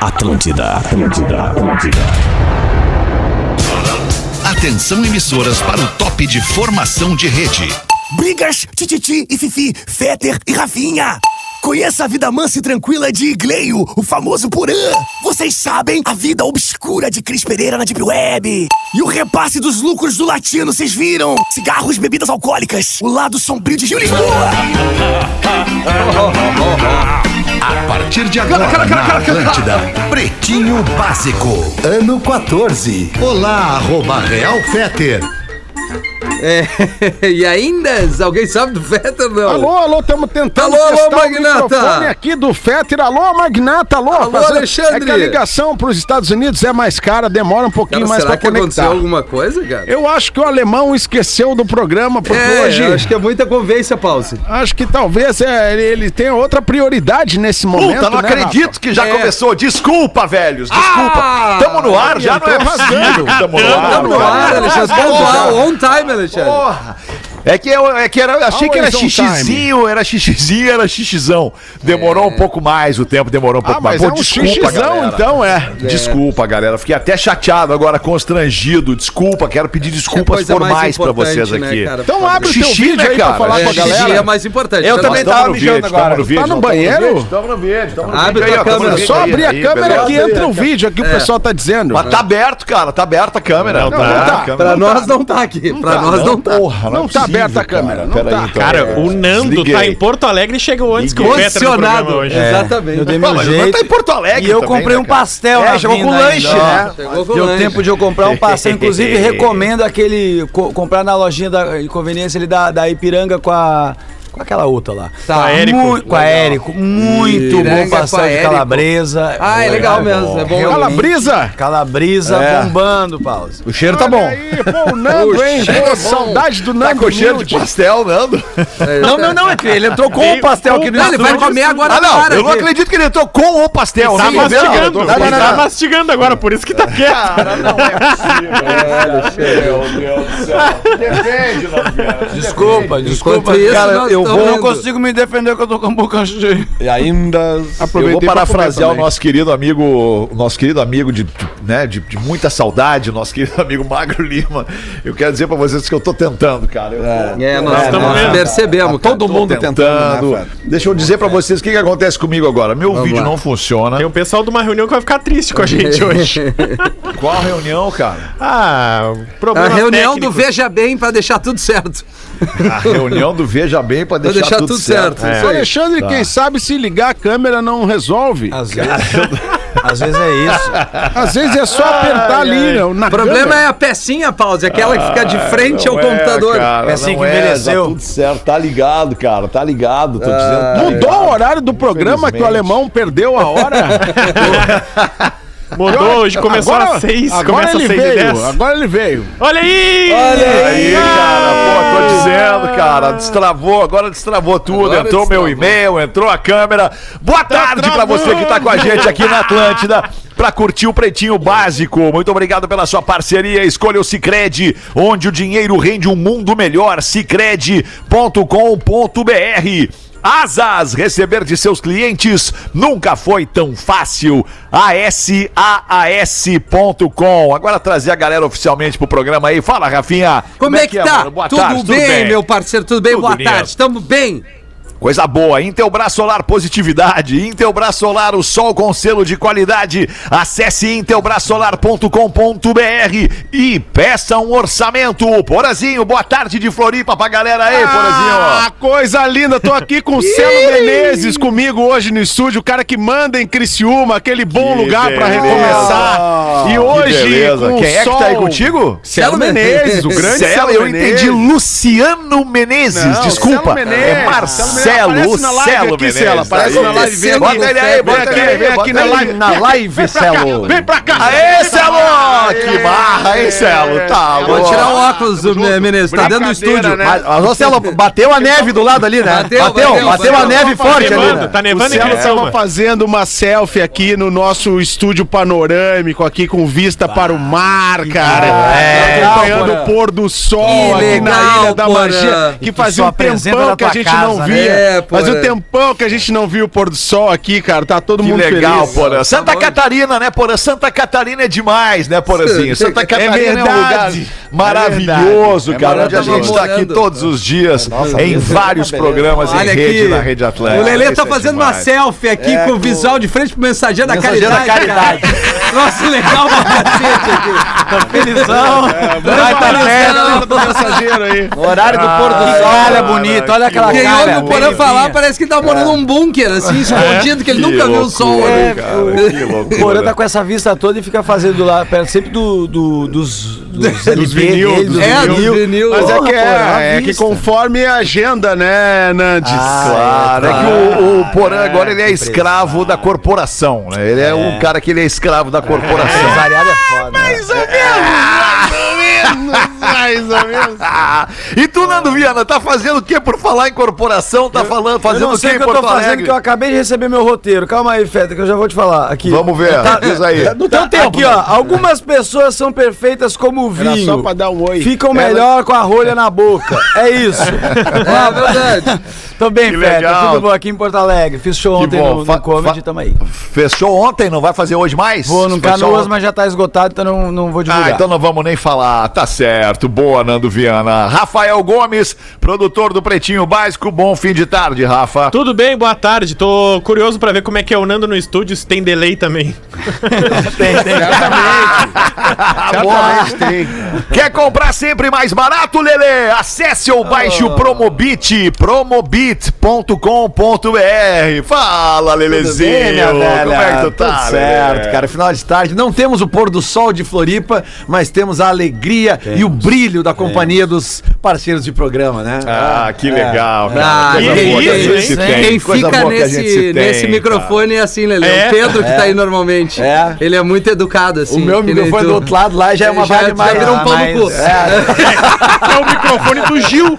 Atlântida, Atlântida, Atlântida. Atenção emissoras para o top de formação de rede. Brigas, Tititi e Fifi, Fetter e Rafinha. Conheça a vida mansa e tranquila de Igleio, o famoso Porã. Vocês sabem a vida obscura de Cris Pereira na Deep Web. E o repasse dos lucros do latino, vocês viram? Cigarros, bebidas alcoólicas. O lado sombrio de Gil Lisboa. A partir de agora, na Atlântida, Pretinho Básico, ano 14. Olá, arroba Real Feter. É, e ainda, alguém sabe do Fetter, não? Alô, alô, estamos tentando Alô, alô, testar Magnata. o microfone aqui do Fetter. Alô, Magnata, alô. Alô, fazendo- Alexandre. É que a ligação para os Estados Unidos é mais cara, demora um pouquinho Cara, mais será para que aconteceu conectar. alguma coisa, cara? Eu acho que o alemão esqueceu do programa, porque hoje... Tá eu acho que é muita convivência, Pause. Acho que talvez é, ele, ele tenha outra prioridade nesse momento. Puta, não né, acredito Rafa? que já É. começou. Desculpa, velhos. Desculpa. Ah! tamo no ar, já eu não é tô possível. arrasando. Tamo no ar. Tá Tá no ar, Alexandre. Vamos lá, Porra, on time, Alexandre. porra. É que, eu, é que era, achei que era Always on xixizinho, era xixizinho, era xixizão. É. Demorou um pouco mais o tempo, demorou um pouco Ah, mais. mas é um xixizão, galera. então, é. Desculpa, galera. Fiquei até chateado agora, constrangido. Desculpa, quero pedir desculpas coisa mais formais pra importante, vocês né, aqui. cara? Então abre o teu Xixi, vídeo né, aí pra cara? falar É, com a xixi é galera. mais importante. Eu Tá também bom. tava no mijando vídeo, agora. tamo Tá no vídeo, não, tamo no vídeo, Tamo no vídeo, tamo no vídeo. Abre Aí, tua ó, tamo no câmera. É. vídeo Só aí, abrir a aí, câmera beleza? que entra o vídeo, aqui o pessoal tá dizendo. Mas tá aberto, cara. Tá aberta a câmera. Não, tá. a câmera Pra não tá. nós não tá aqui. Pra nós não tá. Porra, é Não tá aberta a câmera, não tá. então, Cara, o Nando tá em Porto Alegre e chegou antes que o Petra tá no programa Condicionado. hoje. Exatamente. É. Eu dei Pô, meu mas o Nando jeito. tá em Porto Alegre. E eu também, comprei né, um cara? pastel. É, na chegou com vinda lanche, ainda, ó. né? Chegou com Deu lanche. tempo de eu comprar um pastel. Inclusive, recomendo aquele. co- comprar na lojinha da de conveniência ali da, da Ipiranga com a. Com aquela outra lá. Com a Érico. Mu- com a Érico. Muito Ipiranga bom pastel com a de Érico. calabresa. Ah, é Pô, legal mesmo. É bom. Calabrisa? Tá Calabrisa É. bombando, Paulo. O cheiro tá bom. Aí, pô, o Nando, hein? cheiro Pô, é bom. saudade do Nando. Tá com cheiro de humilde. pastel, Nando. Não, não, não, é que ele entrou com o pastel aqui no Não, ele vai estúdio. comer agora. Ah, não. para Eu não aqui. acredito que ele entrou com o pastel. Tá Não, não, mastigando, não, não, não, tá não, não. mastigando agora, por isso que tá quieto. Cara, não é possível. Meu Deus do céu. Defende, Nando. Desculpa, desculpa. isso, Cara, nós eu tamo vou, não indo. consigo me defender que eu tô com a boca cheia. E ainda eu vou Aproveitei pra parafrasear comer o também. nosso querido amigo, o nosso querido amigo de, de- né, de, de muita saudade, o nosso querido amigo Magro Lima. Eu quero dizer pra vocês que eu tô tentando, cara. Eu tô- É, nós tamo nós vendo. percebemos. cara. tô tentando. Deixa eu dizer pra vocês o que, que acontece comigo agora. Meu vídeo né, lá. não funciona. Tem um pessoal de uma reunião que vai ficar triste com a gente hoje. É. Qual reunião, cara? Ah, A problema reunião do Veja Bem pra deixar tudo certo. A reunião do Veja Bem pra Pra deixar, deixar tudo certo. É. Isso aí. Alexandre, quem sabe se ligar a câmera não resolve. Às vezes, às vezes é isso. Às vezes é só apertar ali né, na O problema câmera. é a pecinha, Pause, aquela que fica de frente ao Não é, computador. Cara, É assim não que é, envelheceu. tá tudo certo, tá ligado, cara, tá ligado. Tô dizendo, tá Mudou ligado. o horário do programa que o Infelizmente. alemão perdeu a hora. Mudou hoje, começou às seis, agora começa às ele seis e veio. dez. Agora ele veio. Olha aí! Aí, cara, pô, tô dizendo, cara, destravou, agora destravou tudo, entrou meu e-mail, entrou a câmera. Boa tarde pra você que tá com a gente aqui na Atlântida. Pra curtir o Pretinho Básico. Muito obrigado pela sua parceria. Escolha o Cicred, onde o dinheiro rende um mundo melhor. Cicred.com.br Asas, receber de seus clientes nunca foi tão fácil. ASAAS.com. Agora trazer a galera oficialmente pro programa aí. Fala, Rafinha. Como é que tá? mano? Boa tudo, tarde, bem, meu parceiro? Tudo bem? Tudo Boa lindo. tarde, tamo bem. Coisa boa, Intelbras Solar Positividade, Intelbras Solar, o sol com selo de qualidade. Acesse intelbrasolar.com.br e peça um orçamento. Porazinho, boa tarde de Floripa pra galera aí, Ah, Porazinho. coisa linda. Tô aqui com o Celo Menezes comigo hoje no estúdio. O cara que manda em Criciúma, aquele bom Que lugar pra beleza. recomeçar. E hoje, beleza. com o Quem é que tá aí sol- contigo? Celo Menezes, o grande Celo, Celo é eu Menezes. entendi Luciano Menezes, Não, desculpa. Celo Menezes. É Celo Menezes. Marcelo, Aparece na live Celo aqui, Celo, aparece Tá na aí. live, vem aqui. Bota ele aí, Vem bota ele aqui, aí, vem bota aqui ele na aí. live. Na live, Celo. Vem pra cá. Aê, Celo! Que barra, hein, Celo? Tá Vou louco. tirar um o óculos, né, Menezes. Tá dentro do estúdio. né? Mas, mas, ô, Celo, bateu a neve do lado ali, né? Bateu, é Bateu, bateu, bateu, bateu. a neve Tá forte ali. nevando, Né? tá O nevando em Celo estava Criciúma. fazendo uma selfie aqui no nosso estúdio panorâmico, aqui com vista para o mar, cara. É, acompanhando legal, o pôr do sol Que aqui na legal, Ilha da Porã. Magia, E que tu fazia só um apresenta tempão na que a tua gente casa, não né? via. É, Faz Porã. um tempão que a gente não viu o pôr do sol aqui, cara. Tá todo Que mundo legal, feliz. Tá Porã. Santa Catarina, né, Porã? Santa Catarina é demais, né, Porãzinho? Santa É Catarina é, um lugar verdade. maravilhoso, É cara. onde a verdade. gente está aqui Morando. todos os dias, é em vários programas, em Olha rede, aqui. na Rede Atlética. O Lelê tá Isso é fazendo uma demais. selfie aqui com o visual de frente pro mensageiro da Mensageiro da caridade. cara. Nossa, legal pra cacete aqui. Tô felizão. Vai, tá Não, certo. Do mensageiro aí. Horário do pôr do sol. Olha bonito, olha aquela Quem ouve cara. o Porã falar parece que ele tá morando num bunker, assim, escondido, que ele nunca viu o sol. loucura, né? cara, que O loucura. Porã tá com essa vista toda e fica fazendo lá, perto sempre do, do- dos, dos, LP vinil, dele, dos dos É, vinil. do vinil. Mas é Porra, que, é, Porã, é que vista. conforme a agenda, né, Nandes? Ah, Claro, é tá. que o, o Porã agora ele é escravo da corporação, né? Ele é, um cara que ele é escravo da corporação. Empresariado é foda. né? É Mais ou menos. Ah, e tu, Nando Viana, tá fazendo o que por falar em corporação? Tá falando, Eu fazendo não o que sei o em que eu tô Porto fazendo, Alegre? que eu acabei de receber meu roteiro. Calma aí, Feta, que eu já vou te falar. Aqui. Vamos ver, tá- diz aí. No teu tempo. né? Aqui, ó. Algumas pessoas são perfeitas como o vinho. só pra dar um oi. Ficam melhor com a rolha na boca. É isso. É verdade. Tô bem, Que Feta. legal. Tudo bom aqui em Porto Alegre. Fiz show Que ontem bom. no, Fa- no comedy, fa- tamo aí. Fechou ontem, não vai fazer hoje mais? Vou no Fechou Canoas, ontem? mas já tá esgotado, então não, não vou divulgar. Ah, então não vamos nem falar. Tá certo. Boa, Nando Viana. Rafael Gomes, produtor do Pretinho Básico. Bom fim de tarde, Rafa. Tudo bem, boa tarde. Tô curioso pra ver como é que é o Nando no estúdio, se tem delay também. Certamente tem. Quer comprar sempre mais barato, Lele? Acesse ou baixe Ah. o Promobit, promobit.com.br. Fala, Lelezinho. Como é que tu tá? Tudo Lelê? certo, cara. Final de tarde. Não temos o pôr do sol de Floripa, mas temos a alegria e o brilho da companhia dos parceiros de programa, né? Ah, que legal, Ah, cara. que Coisa boa que a isso, gente se hein? tem, Quem coisa fica boa que a gente se nesse, tem, nesse cara. microfone é assim, Lelê. É. O Pedro que tá aí normalmente. É. Ele é muito educado, assim. o meu que nem microfone tu. do outro lado lá já é uma Já- vibe já mais. virou um pau no mais- cu. É, É o microfone do Gil.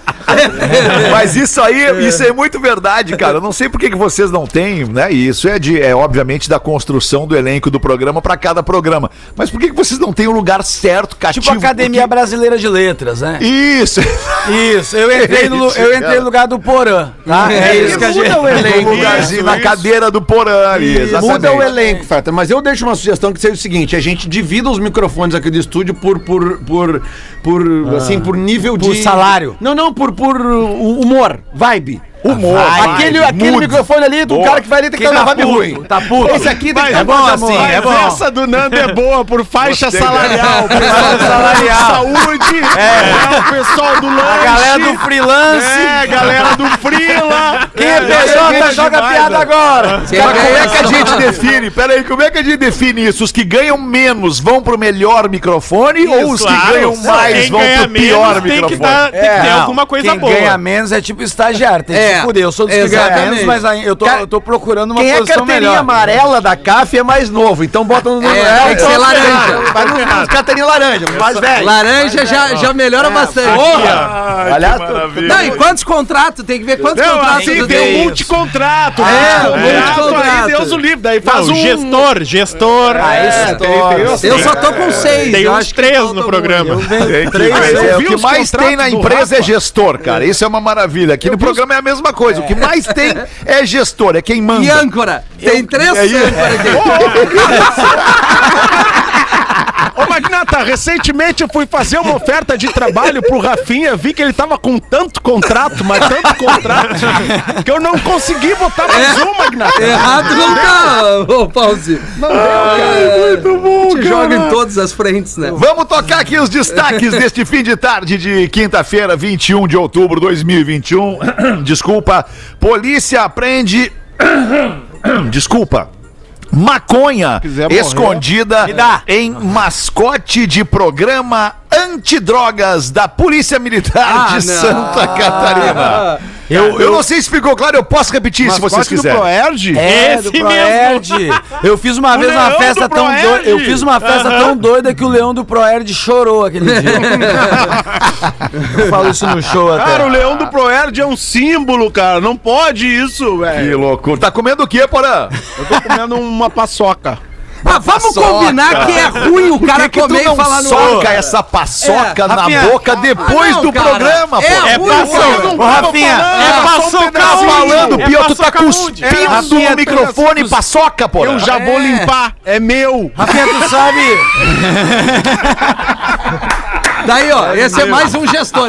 Mas isso aí, isso é muito verdade, cara. Eu não sei por que que vocês não têm, né? E isso é de, é obviamente da construção do elenco do programa pra cada programa. Mas por que que vocês não têm um lugar certo, cativo? Tipo a Academia Brasileira de Letras, né? Isso. Isso, eu entrei, no, Isso, eu entrei cara. no lugar do Porã, tá? É isso que a gente... Muda o Um elenco. lugarzinho Isso, na isso. cadeira do Porã ali, exatamente. Muda o elenco, Feta. Mas eu deixo uma sugestão que seja o seguinte: a gente divida os microfones aqui do estúdio por. por. por. por assim, por nível de. Ah. Por salário. Ah, Não, não, por. por uh, humor, vibe. Humor. aquele vibe, aquele mood. microfone ali do cara que vai ali tem que estar na vibe ruim. Tá puto. Esse aqui tem que Mas, é estar mais mas amor. essa do Nando é boa, por faixa assim, Gostei, salarial, por faixa salarial. saúde, é. o pessoal do lanche. A galera do freelance. É, galera do Frila. Quem é PJ joga piada agora. Quem Cara, como ganha é que a são- gente define? Peraí, como é que a gente define isso? Os que ganham menos vão pro melhor microfone ou os que ganham mais Quem vão ganha pro pior menos tem que, microfone? É. dar, tem que ter não, alguma coisa quem boa. ganha menos é tipo estagiário, tem que É, se fuder. Eu sou dos que ganha exatamente. menos, mas aí eu tô, eu tô procurando uma Quem é posição carteirinha melhor. amarela da CAF é mais novo, então bota no. Então É, tem que ser tá laranja. Vai no- nos carteirinha laranja, mais velho. Laranja já, já melhora bastante. Aliás, tu- Não, e quantos contratos? Tem que ver quantos Não, contratos assim, tu tem um tem. multicontrato. É, né? um multicontrato. Aí Deus o livre, daí faz Não, um... gestor, gestor. É, eu só tô com seis. Tem eu uns acho que Ah, três falta no um. programa. Tem que Três, ver. eu É, o vi que os mais tem na contratos do empresa é Rafa. gestor, cara. Isso é uma maravilha. Aqui no programa é a mesma coisa. O que mais tem é gestor, é quem E manda. âncora? Tem três âncora aqui. Ô, Magnata, recentemente eu fui fazer uma oferta de trabalho pro Rafinha, vi que ele tava com tanto contrato, mas tanto contrato, que eu não consegui botar mais É, um, Magnata. Errado não tá, ô Pause. Muito bom, Te joga em todas as frentes, né? Vamos tocar aqui os destaques deste fim de tarde de quinta-feira, 21 de outubro de 2021. Desculpa. Polícia aprende. Desculpa. Maconha quiser escondida em mascote de programa antidrogas da Polícia Militar Ah, de não. Santa Catarina. Eu, eu não sei se ficou claro, eu posso repetir se vocês Mascote um. do quiserem. Proerd? É, Esse do Proerd. Eu fiz uma vez uma leão festa do tão Proerd. doida. Eu fiz uma festa tão doida que o leão do Proerd chorou aquele dia. eu falo isso no show até. Cara, o leão do Proerd é um símbolo, cara. Não pode isso, Que velho. loucura. Tá comendo o quê, Porã? Eu tô comendo uma paçoca. Ah, vamos combinar que é ruim o cara que tu comer não e falar no soca outro. essa paçoca É, na Rafinha. boca depois Ah, não, do cara. programa, pô. É É ruim, paçoca. um- eu Ô, Rafinha, é paçoca falando, É Pio, tu tá paçoca nude. É, cuspindo Rafinha, no microfone, paçoca, pô. Eu já vou limpar. É meu. Rafinha, tu sabe. Daí, ó, esse é mais um gestor.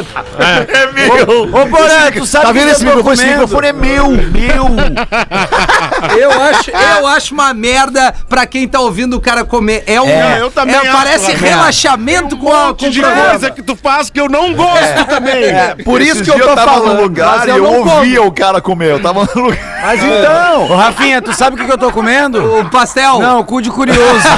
Ô, Porã, tu sabe Tá vendo esse microfone? Esse comendo? microfone é meu, meu. Eu acho, eu acho uma merda pra quem tá ouvindo o cara comer. É um. É, eu também acho Parece uma merda. relaxamento com a. Com De o programa. coisa que tu faz que eu não gosto também. É, Por isso que eu, tava falando, no mas lugar e eu eu não ouvia o cara comer. Eu tava no lugar. Mas então. Ô, Rafinha, tu sabe o que, que eu tô comendo? O pastel. Não, cu de curioso.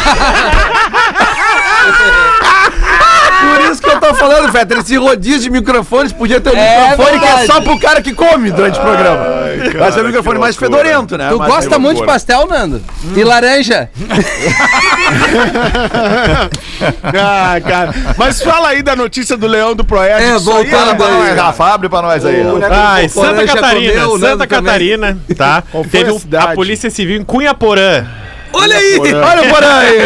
Por isso que eu tô falando, Fetter, esse rodízio de microfones podia ter um É microfone que verdade. é só pro cara que come durante o programa. é um Vai ser o microfone mais fedorento, É né? Tu Mas- gosta muito de pastel, Nando? E laranja? Ah, cara. Mas fala aí da notícia do Leão do Proerd. É, isso aí voltando é- aí. Vai, Rafa, abre pra nós aí. Rafa. Ai, Porã Santa já Catarina, comeu, o Nando Santa também. Catarina, tá? Teve a um- a cidade? Polícia Civil em Cunhaporã. Olha aí! né? Olha o Porã aí!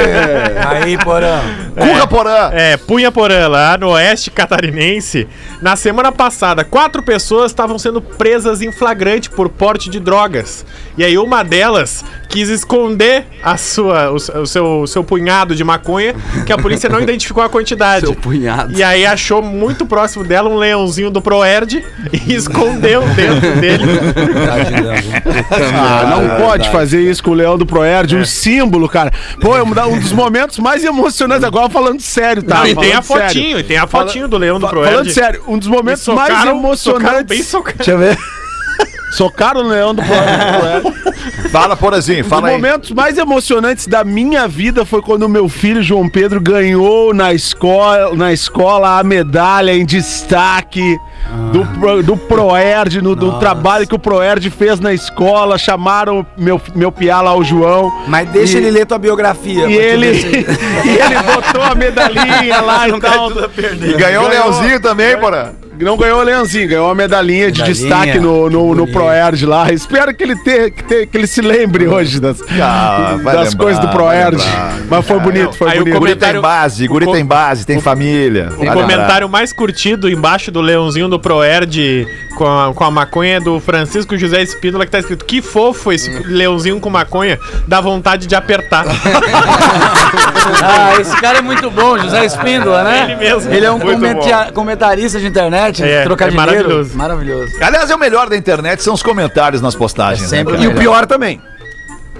Aí, Porã. Curra Porã. É, Punhaporã, lá no oeste catarinense. Na semana passada, quatro pessoas estavam sendo presas em flagrante por porte de drogas. E aí uma delas quis esconder a sua, o, s- o seu, o seu punhado de maconha, que a polícia não identificou a quantidade. Seu punhado. E aí achou muito próximo dela um leãozinho do Proerd e escondeu dentro dele. Ah, não pode fazer isso com o Leão do Proerd, um símbolo, cara. Pô, é um da- um dos momentos mais emocionantes agora, falando sério, tá? Não, e tem Falando a fotinho, e tem a fotinho do leão do Fa- Proerd. Falando sério, um dos momentos mais Socaram- socaram bem emocionantes. socaram. Deixa eu ver. Socaram o Leão do Proerd. Fala, Porãzinho, Um dos fala aí. momentos mais emocionantes da minha vida foi quando o meu filho João Pedro ganhou na escola, na escola a medalha em destaque Ah. do, Pro- do Proerd, no, do trabalho que o Proerd fez na escola. Chamaram meu, meu piá lá, o João. Mas deixa E- ele ler tua biografia. E pra tu ele, ver se ele- e ele botou a medalhinha lá e tal. E ganhou o Leãozinho também, Porã. Não ganhou o Leãozinho, ganhou uma medalhinha, de Medalhinha. destaque no, no, no Proerd lá. Espero que ele, te, que, te- que ele se lembre hoje das, Ah, vai das lembrar, coisas do vai Proerd. lembrar. Mas foi bonito, foi Aí o bonito. Guri tem Comentário- base, Guri tem base, tem família. O comentário mais curtido embaixo do leãozinho do Proerd com a, com a maconha é do Francisco José Espíndola que tá escrito Que fofo esse leãozinho com maconha, dá vontade de apertar. Ah, esse cara é muito bom, José Espíndola, né? Ele mesmo. Ele é um Muito comentia- comentarista de internet, É, é trocadilheiro. maravilhoso. Maravilhoso. Aliás, é o melhor da internet, são os comentários nas postagens. né, É sempre cara? o E e, o pior também. o-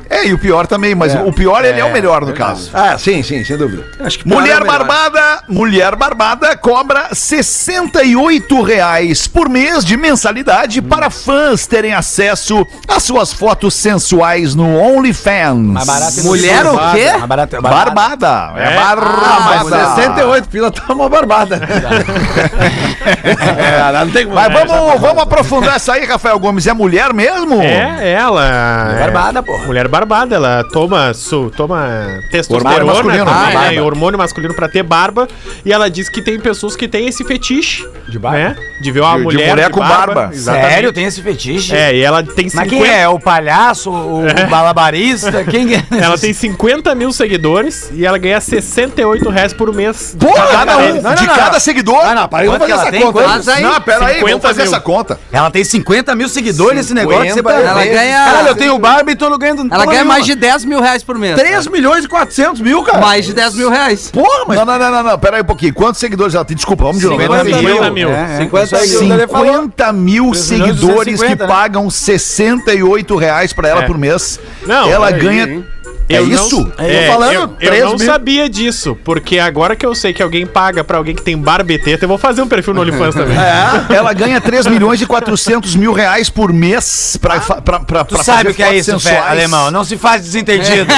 é, e o pior também, mas o pior ele é, o melhor no caso. Ah, sim, sim, sem dúvida. é Mulher barbada, mulher barbada cobra R$ 68 reais por mês de mensalidade para fãs terem acesso às suas fotos sensuais no OnlyFans. Mais barato é Mulher do- o barbada. quê? Mais barato é barbada. Barbada. É, É? barbada. 68 pila tá uma barbada. é, não tem como. Mas vamos, vamos aprofundar essa aí, Rafael Gomes. É mulher mesmo? É, ela. Barbada, porra. Mulher barbada, ela toma, su, toma testosterona Hormônio masculino, também, né? né, Barba. e hormônio masculino pra ter barba. E ela diz que tem pessoas que têm esse fetiche. De barba? De ver uma De- de mulher. mulher com barba. Exatamente. Sério, tem esse fetiche? É, e ela tem 50 Mas quem é? O palhaço? O balabarista? Quem é? Ela tem 50 mil seguidores e ela ganha 68 reais por mês. Porra, cada um, Não, não, de não, cada não. seguidor. Ah, não, para, eu vou Quanto que fazer ela essa tem? conta. Mas aí, Não, pera aí, vamos 50 fazer mil. essa conta. Ela tem 50 mil seguidores esse negócio. Você... Ela ganha- Caralho, eu tenho barba e tô não ganhando. Ela ganha mais de 10 mil reais por mês. 3 milhões e 400 mil, cara. Mais de 10 mil reais. Porra, mas Não, não, não, não, não, pera aí um pouquinho. Quantos seguidores ela tem? Desculpa, vamos de novo. 50 mil. 50 mil. É, é. 50 Isso aí que o Daniel falou. 50 mil milhões e seguidores que 250, né? pagam 68 reais pra ela É. por mês. Não, ela aí, ganha. hein? é Eu não- isso? É, tô eu, eu três não sabia disso, porque agora que eu sei que alguém paga pra alguém que tem barba e teta, eu vou fazer um perfil no OnlyFans também. É. Ah, Ela ganha 3 milhões e 400 mil reais por mês pra, fa- pra, pra, Tu pra sabe o que é fotos isso, Fé, sensuais. alemão? Não se faz desentendido.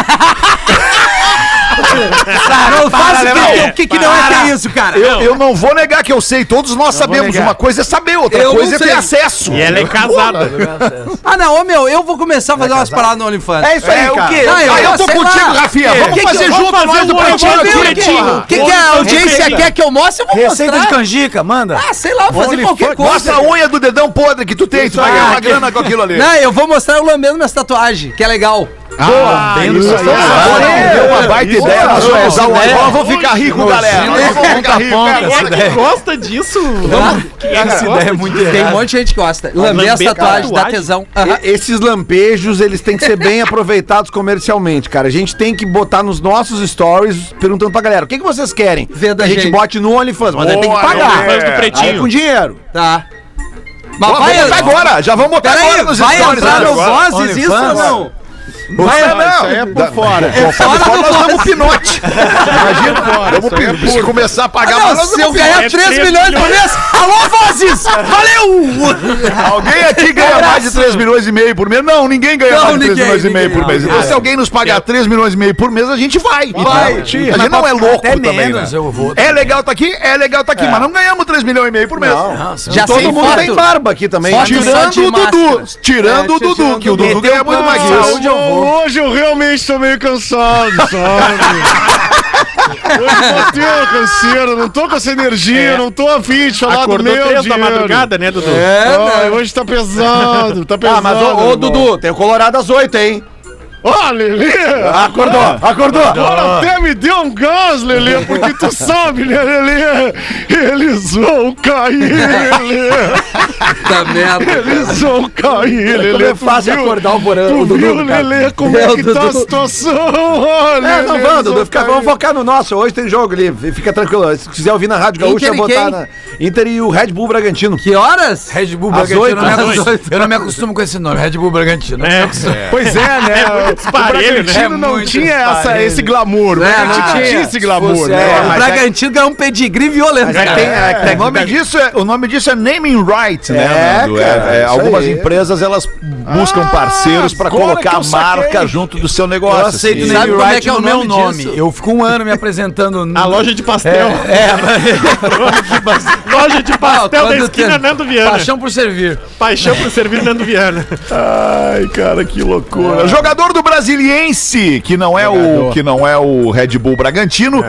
Não faz o que Leão. que, o que, que não é que é isso, cara? Eu, eu não vou negar que eu sei, todos nós sabemos. negar. Uma coisa é saber, outra Eu não coisa é ter sei. acesso. E ela é casada. Ah, não, ô, meu, eu vou começar a fazer umas paradas no OnlyFans. é isso aí, É, o cara. quê? Não, eu- Ah, eu tô sei contigo, lá. Rafinha. Que- Vamos que- fazer que- junto vamos nós fazer do um Pretinho programa aqui. Meu, Pretinho. O que, que a audiência quer que eu mostre, eu vou É. Receita de mostrar. canjica, manda. Ah, sei lá, vou fazer Only qualquer fuck. coisa. Mostra a unha do dedão podre que tu tem, tu vai ganhar uma Ah, grana com aquilo ali. Não, eu vou mostrar eu lambendo minhas tatuagens, que é legal. Ah, Boa! Bem, Tá isso aí. Ah, deu uma baita Isso ideia, é nós uma vamos usar o ideia. iPhone, vamos ficar rico, galera! Nós vamos ficar rico, é agora que gosta disso? Essa ideia é muito Tem um errada. monte de gente que gosta. Lamber as Lamber tatuagens, dá tatuagem? tesão. Aham. E- Esses lampejos, eles têm que ser bem aproveitados comercialmente, cara. A gente tem que botar nos nossos stories, perguntando pra galera, o que, que vocês querem? Venda a gente, gente. bote no OnlyFans, mas aí tem que Boa, pagar. OnlyFans do Pretinho. Aí é com dinheiro. Tá. Mas Ó, vai, vamos botar agora, já vamos botar Peraí, agora nos vai stories. entrar né? no Agora. Vozes isso ou não? Vai, Não, isso aí é não. por fora. Fora Fora do nós Vozes. damos pinote. Imagina, fora, damos pinote. Se começar a pagar, Ah, Não, mas nós se damos eu ganhar é 3 três milhões por mês, alô, Vozes! Valeu! Alguém aqui Um ganha mais de 3 milhões e meio por mês? Não, ninguém ganha Não, mais de 3 ninguém, milhões e meio ninguém. por mês. É. Então, se alguém nos pagar 3 milhões e meio por mês, a gente vai. Vai. A gente não é louco Até também, menos né? eu vou. É legal tá aqui? É legal tá aqui, mas não ganhamos 3 milhões e meio por mês. Já Todo sei mundo foto. tem barba aqui também. Foto só Tirando de o Dudu. máscara. Tirando É, o Dudu, tirando que o Dudu Dudu. ganha muito mais que isso. eu vou. Hoje eu realmente tô meio cansado, sabe? Hoje bateu a canseira, não tô com essa energia, não tô afim de falar do Acordou meu três da dinheiro. madrugada, né, Dudu? É, Ai, hoje tá pesado, tá pesado. Ah, mas ô, ô, Dudu, tem o Colorado às 8, hein? Ó, Lelê! Acordou, acordou. Agora até me deu um gás, Lelê, porque tu sabe, né, Lelê? Eles vão cair, Lelê! Puta merda. Eles vão cair, Lelê! Como é Tu fácil viu? acordar o Borão, o Tu viu, Dudu, cara. Lelê, como é É, o que tá a Dudu. situação? Olha, É, não vamos, Dudu, fica- vamos vamos focar no nosso. Hoje tem jogo livre, fica tranquilo. Se quiser ouvir na Rádio Inter Gaúcha, e botar quem? na Inter e o Red Bull Bragantino. Que horas? Red Bull Às Bragantino, oito, eu não me às acostumo- eu não me acostumo com esse nome, Red Bull É. Bragantino. Pois é, né? Parelho, o Bragantino É não muito tinha essa, parelho. esse glamour, né? É, não Não tinha. tinha esse glamour, fosse, né? é, o Bragantino ganhou um pedigree violento. É que cara. tem- é que tem- o, nome disso é, o nome disso é naming right, né? É, Nando? É, cara, é, isso algumas aí. Ah, empresas elas buscam parceiros pra agora que colocar eu a marca saquei. junto do seu negócio. Eu aceito assim. Sabe name como é right que é o no meu nome nome. disso? Eu fico um ano me apresentando. A loja de pastel. Loja de pastel da Quando esquina tem- Nando Viana. Paixão por servir. Paixão por servir Nando Viana. Ai, cara, que loucura. Ah. Jogador do Brasiliense, que não é o que não é o Red Bull Bragantino.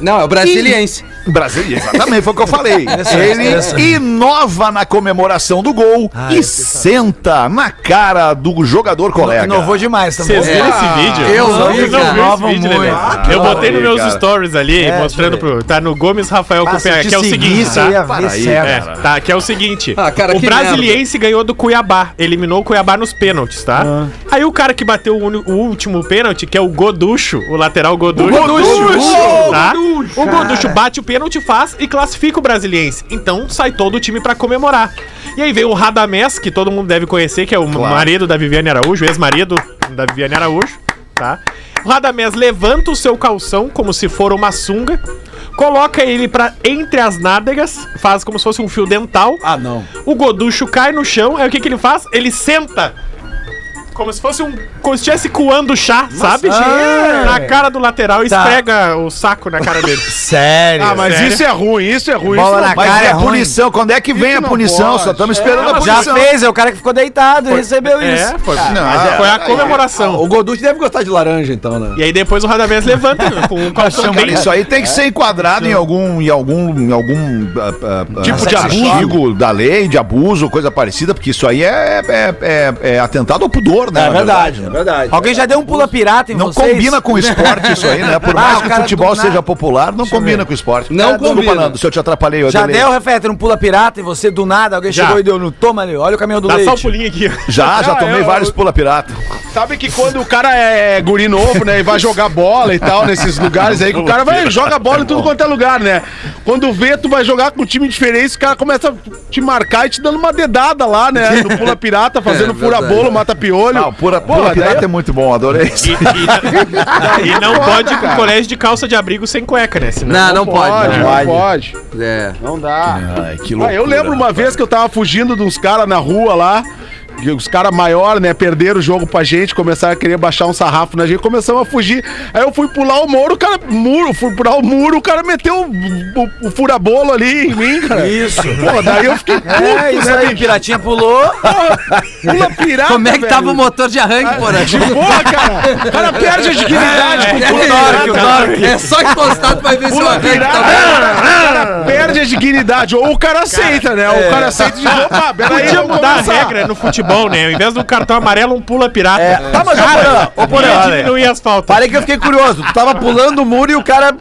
Não, é o brasiliense. Brasiliense, exatamente, foi o que eu falei. interessante. Ele inova na comemoração do gol Ah, e senta na cara do jogador colega. Inovou demais também. Vocês viram esse vídeo? eu Vocês vi, não cara. viram Inovam esse vídeo, Lelê? muito. Eu botei nos aí, meus cara. storinhos ali, É, mostrando pro... Tá no Gomes Rafael com o PH, que é o seguinte, isso eu tá? ia ver certo. É, tá, que é o seguinte. Ah, cara, o que Brasiliense ganhou do Cuiabá. Eliminou o Cuiabá nos pênaltis, tá? Ah. Aí o cara que bateu o, uni- o último pênalti, que é o Goducho, o lateral Goducho. O Goducho! tá? O Goducho bate o pênalti, faz e classifica o Brasiliense. Então sai todo o time pra comemorar. E aí vem o Radamés, que todo mundo deve conhecer, que é o marido da Viviane Araújo, ex-marido da Viviane Araújo, tá? O Radamés levanta o seu calção como se for uma sunga, coloca ele pra entre as nádegas, faz como se fosse um fio dental. Ah, não. O Goducho cai no chão, aí o que, que ele faz? Ele senta. Como se fosse um. Como se estivesse coando chá, sabe? Ah, na cara do lateral e Tá. esfrega o saco na cara dele. Sério. Ah, mas Sério? isso é ruim, isso é ruim. Bola isso na não- Mas Cara, é é a ruim. punição, quando é que vem a não punição? Só estamos esperando a mas punição. Já fez, é o cara que ficou deitado e recebeu isso. é, foi, Não, mas é- foi a comemoração. O Goduch deve gostar de laranja, então, né? E aí depois o Radamés levanta né, com um calção Não, cara, bem. isso aí É. tem que ser enquadrado em algum, em algum, em algum ah, ah, ah, Tipo de abuso. castigo da lei, de abuso, coisa parecida, porque isso aí é, é- é- é atentado ao pudor, né? na né? verdade. Alguém já deu um pula pirata em Não vocês? combina com o esporte isso aí, né? Por Ah, mais o que o cara futebol do nada. seja popular, não combina com o esporte. Não combina. Nando, se eu te atrapalhei, eu Já delei. deu, Refeta, um pula pirata e você do nada, alguém Já. chegou e deu no toma ali, olha o caminhão do Dá só um leite. pulinho aqui. Já, já Ah, tomei eu- vários pula-pirata. Sabe que quando o cara é guri novo, né, e vai jogar bola e tal, nesses lugares aí, que o cara vai joga bola em tudo quanto é lugar, né? Quando vê, tu vai jogar com um time diferente, o cara começa a te marcar e te dando uma dedada lá, né? No pula pirata, fazendo fura-bolo, mata-piolho. Não, pura- pula-pirata é muito bom, adorei isso. E, e- e não pode ir pro colégio de calça de abrigo sem cueca, né? Senão- Não, não pode. Pode, não. não pode. É. Não dá. Ai, que Ah, eu lembro uma vez que eu tava fugindo de uns caras na rua lá. que Os caras maior, né? Perderam o jogo pra gente, começaram a querer baixar um sarrafo na gente, começamos a fugir. Aí eu fui pular o muro, o cara. Muro, fui pular o muro, o cara meteu o, o, o furabolo ali em mim, cara. Isso. Pô, daí eu fiquei puto, É, isso né? aí, piratinha pulou. Pula pirata. Como é que tava o motor de arranque, porra? velho. Porra, cara! O cara perde a dignidade. É, com o pula é, pirata. é só encostado pra ver se o Pula arranque pirata. Ah, tá bom. O cara perde a mais dignidade. Ou o cara aceita, né? Ou o cara aceita e diz, opa, peraí, é. Podia vamos mudar a começar." regra no futebol, né? Ao invés do cartão amarelo, um pula pirata. É, tá, mas ô Porã, ô Podia Porã, diminuir as faltas. parei que eu fiquei curioso. Tu tava pulando o muro e o cara.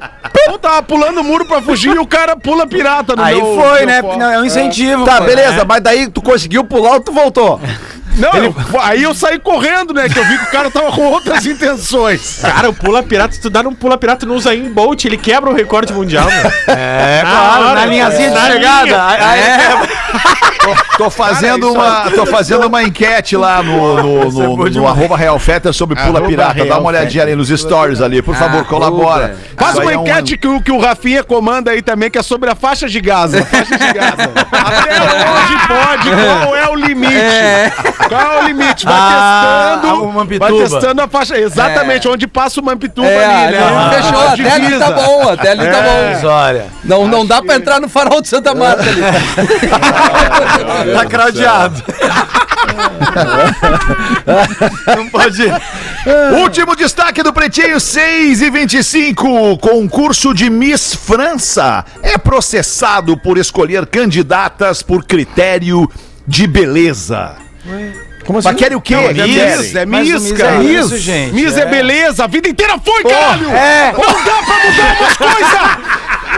Eu tava pulando o muro pra fugir e o cara pula pirata no Aí meu- foi, meu né? copo. Não, é um incentivo. Tá, pô. beleza, mas daí tu conseguiu pular ou tu voltou? Não, eu- aí eu saí correndo, né? Que eu vi que o cara tava com outras intenções. Cara, o pula pirata, se tu dá num pula pirata no Usain Bolt, ele quebra o recorde mundial, mano. Ah, É, tá claro, Ah, é, na linhazinha de chegada. Aí- Tô, tô fazendo é uma, tô fazendo uma enquete lá no, no, no, no, arroba Real Feta sobre Pula Pirata. Dá uma olhadinha ali nos stories ali, por favor, colabora. Faz Ah, Isso aí uma é um- enquete que, o- que o Rafinha comanda aí também, que é sobre a faixa de Gaza. Faixa de Gaza. Até onde pode? Qual é o limite? Qual é o limite? Vai Ah, testando. o Mampituba. vai testando a faixa. Exatamente, onde passa o Mampituba É, ali, ali né? não fechou, A até ali tá divisa. bom, até ali tá bom. Olha. Não, não dá pra entrar no farol de Santa Marta ali. Tá craudiado. Não pode. É. Último destaque do Pretinho 6 e 25. Concurso de Miss França é processado por escolher candidatas por critério de beleza. Como assim? Mas querem o quê? É Miss, é Mas o Miss, Miss cara. é isso, gente, Miss é. é. beleza. A vida inteira foi, caralho. é. Não dá pra mudar umas coisas.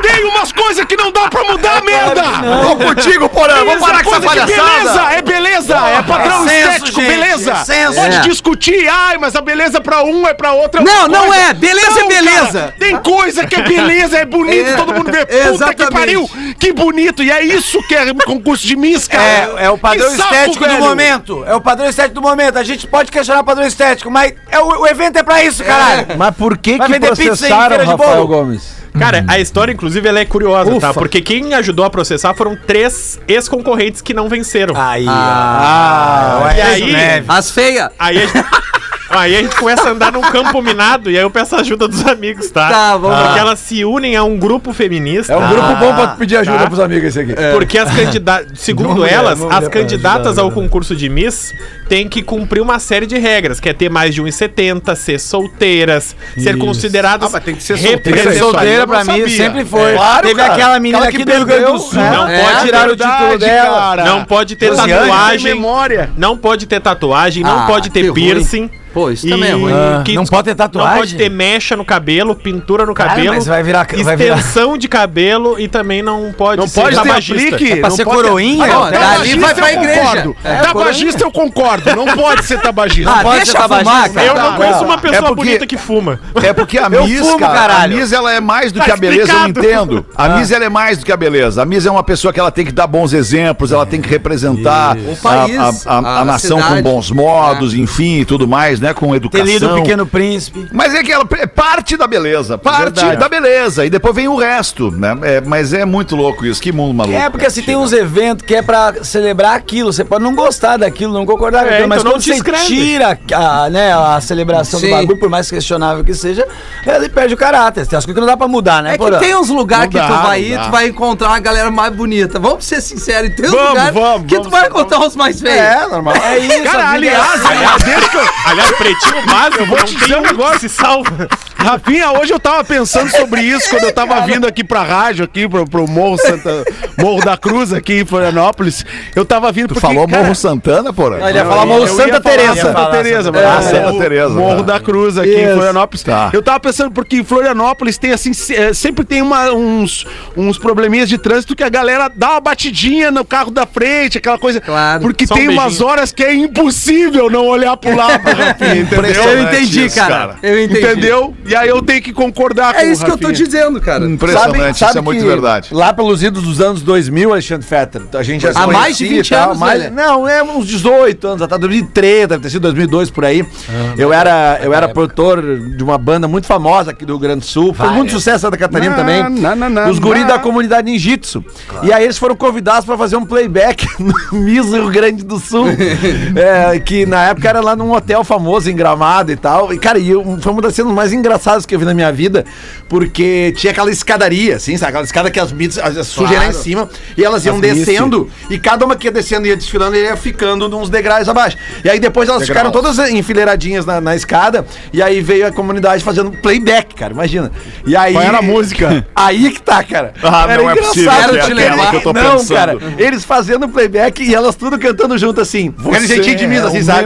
Tem umas coisas que não dá pra mudar, merda. Tô contigo, Porã. Vamos parar com essa coisa de palhaçada. beleza, é beleza, é padrão senso, estético, gente, beleza. é senso. Pode É. discutir, ai, mas a beleza pra um é pra outro. é Não, outra não coisa. é, beleza é beleza. cara, tem coisa que é beleza, é bonito, É, todo mundo vê. Puta que exatamente. pariu, que bonito. E é isso que é concurso de Miss, cara. É, é o padrão Que saco, estético velho. do momento. É o padrão estético do momento. A gente pode questionar o padrão estético, mas é o, o evento é pra isso, caralho. Mas por que Vai que vender pizza em processaram feira de Rafael bolo? Gomes? Cara, a história, inclusive, ela é curiosa, tá? Hum. Ufa. Porque quem ajudou a processar foram três ex-concorrentes que não venceram. Ah. Aí. ah, e é aí- isso, né? As feias. Aí a gente... Aí a gente começa a andar num campo minado e aí eu peço a ajuda dos amigos, tá? Tá, vamos lá. Porque elas se unem a um grupo feminista. É um grupo é. bom pra pedir ajuda Tá. pros amigos esse É. aqui. Porque as candidatas, segundo elas, as candidatas né? ao concurso de Miss têm que cumprir uma série de regras, que é ter mais de 1,70, ser solteiras, ser consideradas Ah, mas tem que ser solteira. representativas. Isso aí eu Solteira pra não mim sabia. sempre foi. É. Claro, Teve cara. aquela menina Aquela aqui que do Rio Grande do perdeu, Sul. né? Não pode tiraram o título verdade, dela. cara. Não pode ter Rosiane, tem tatuagem. memória. Não pode ter tatuagem, não Ah, pode que ter ruim. piercing. Pô, isso também é ruim. Ah, não pode ter tatuagem? Não pode ter mecha no cabelo, pintura no Cara, cabelo, Ah, mas vai virar- vai virar- extensão de cabelo e também não pode Não pode ter tabagista. aplique. pra não ser pode ter- coroinha? Ah, não, Não, dali tabagista vai pra eu igreja. concordo. É, Ah, Tabagista eu concordo. Não pode ser tabagista. Ah, Não pode deixa ser fumar, tabagista. cara. Eu não Não, conheço não. uma pessoa É porque- bonita que fuma. É porque a Miss, fumo, cara, caralho. a Miss ela é mais do Tá que a beleza, explicado. eu entendo. A Miss ela é mais do que a beleza. A Miss é uma pessoa que ela tem que dar bons exemplos, ela tem que representar Isso. O a, país, a- a- a a nação cidade. É. com bons modos, enfim, e tudo mais, né, com Ter lido o educação. Pequeno Príncipe. Mas é que ela é parte da beleza, parte Verdade. da beleza e depois vem o resto, né? É, mas é muito louco isso, que mundo maluco. É, porque assim, tem uns eventos que é pra celebrar aquilo. Você pode não gostar daquilo, não concordar com É, aquilo, mas então não quando você descreve. tira a, né, a celebração Sim. do bagulho, por mais questionável que seja, ele perde o caráter. Tem as coisas que não dá pra mudar, né, É que Porã? um- tem uns lugares que Não tu dá, vai não ir, dá. tu vai encontrar uma galera mais bonita. Vamos ser sinceros, tem uns Vamos, lugares vamos, que tu vamos vai ser- encontrar os mais feios. É, normal. É isso. Cara, a vida é aliás, assim. aliás, desde que eu, Aliás, pretinho básico, eu vou te dizer um negócio, se salva. Rafinha, hoje eu tava pensando sobre isso quando eu tava vindo aqui pra rádio, aqui pro, pro Morro Santa, Morro da Cruz, aqui em Florianópolis. Eu tava vindo Tu falou cara, Morro Santana, porra? Ele ia falar Morro eu ia Santa falar Teresa. Santa Teresa, mas Ah, é, Santa o Teresa, Morro tá. da Cruz aqui em Isso. Florianópolis. Tá. Eu tava pensando, porque em Florianópolis tem assim, se- eh, sempre tem uma- uns, uns probleminhas de trânsito que a galera dá uma batidinha no carro da frente, aquela coisa. Claro. Porque Só um tem beijinho. umas horas que é impossível não olhar pro lado, Rafinha, entendeu? Eu entendi, cara. Eu entendi. Entendeu? E aí eu tenho que concordar com É isso o que eu tô Rafinha. te dizendo, cara. Impressionante, isso é muito que verdade. Lá pelos idos dos anos 2000, Alexandre Fetter, a gente já se Há conhecia mais de e 20 anos, mais, né, velho. Não, é uns 18 anos atrás, 2003, deve ter sido 2002 por aí. Ah, eu é era, eu era produtor de uma banda muito famosa aqui do Rio Grande do Sul, foi muito sucesso em Santa Catarina Na, também. na, na, na, Os guris na. da comunidade ninjitsu. E aí eles foram convidados para fazer um playback no Miss Rio Grande do Sul, é, que na época era lá num hotel famoso em Gramado e tal. E cara, e eu- foi uma das cenas mais engraçadas engraçadas que eu vi na minha vida, porque tinha aquela escadaria, assim, sabe? Aquela escada que as mitas as- as sujeira em cima, e elas iam descendo, e cada uma que ia descendo ia desfilando e ia ficando uns degraus abaixo. E aí depois elas ficaram todas enfileiradinhas na, na escada, e aí veio a comunidade fazendo playback, cara, imagina. E aí. Qual era a música? Aí que tá, cara. Ah, não é possível que é te aquela levar. que eu tô não, pensando. cara. Eles fazendo playback e elas tudo cantando junto assim. é Aquele jeitinho de mim, assim, sabe?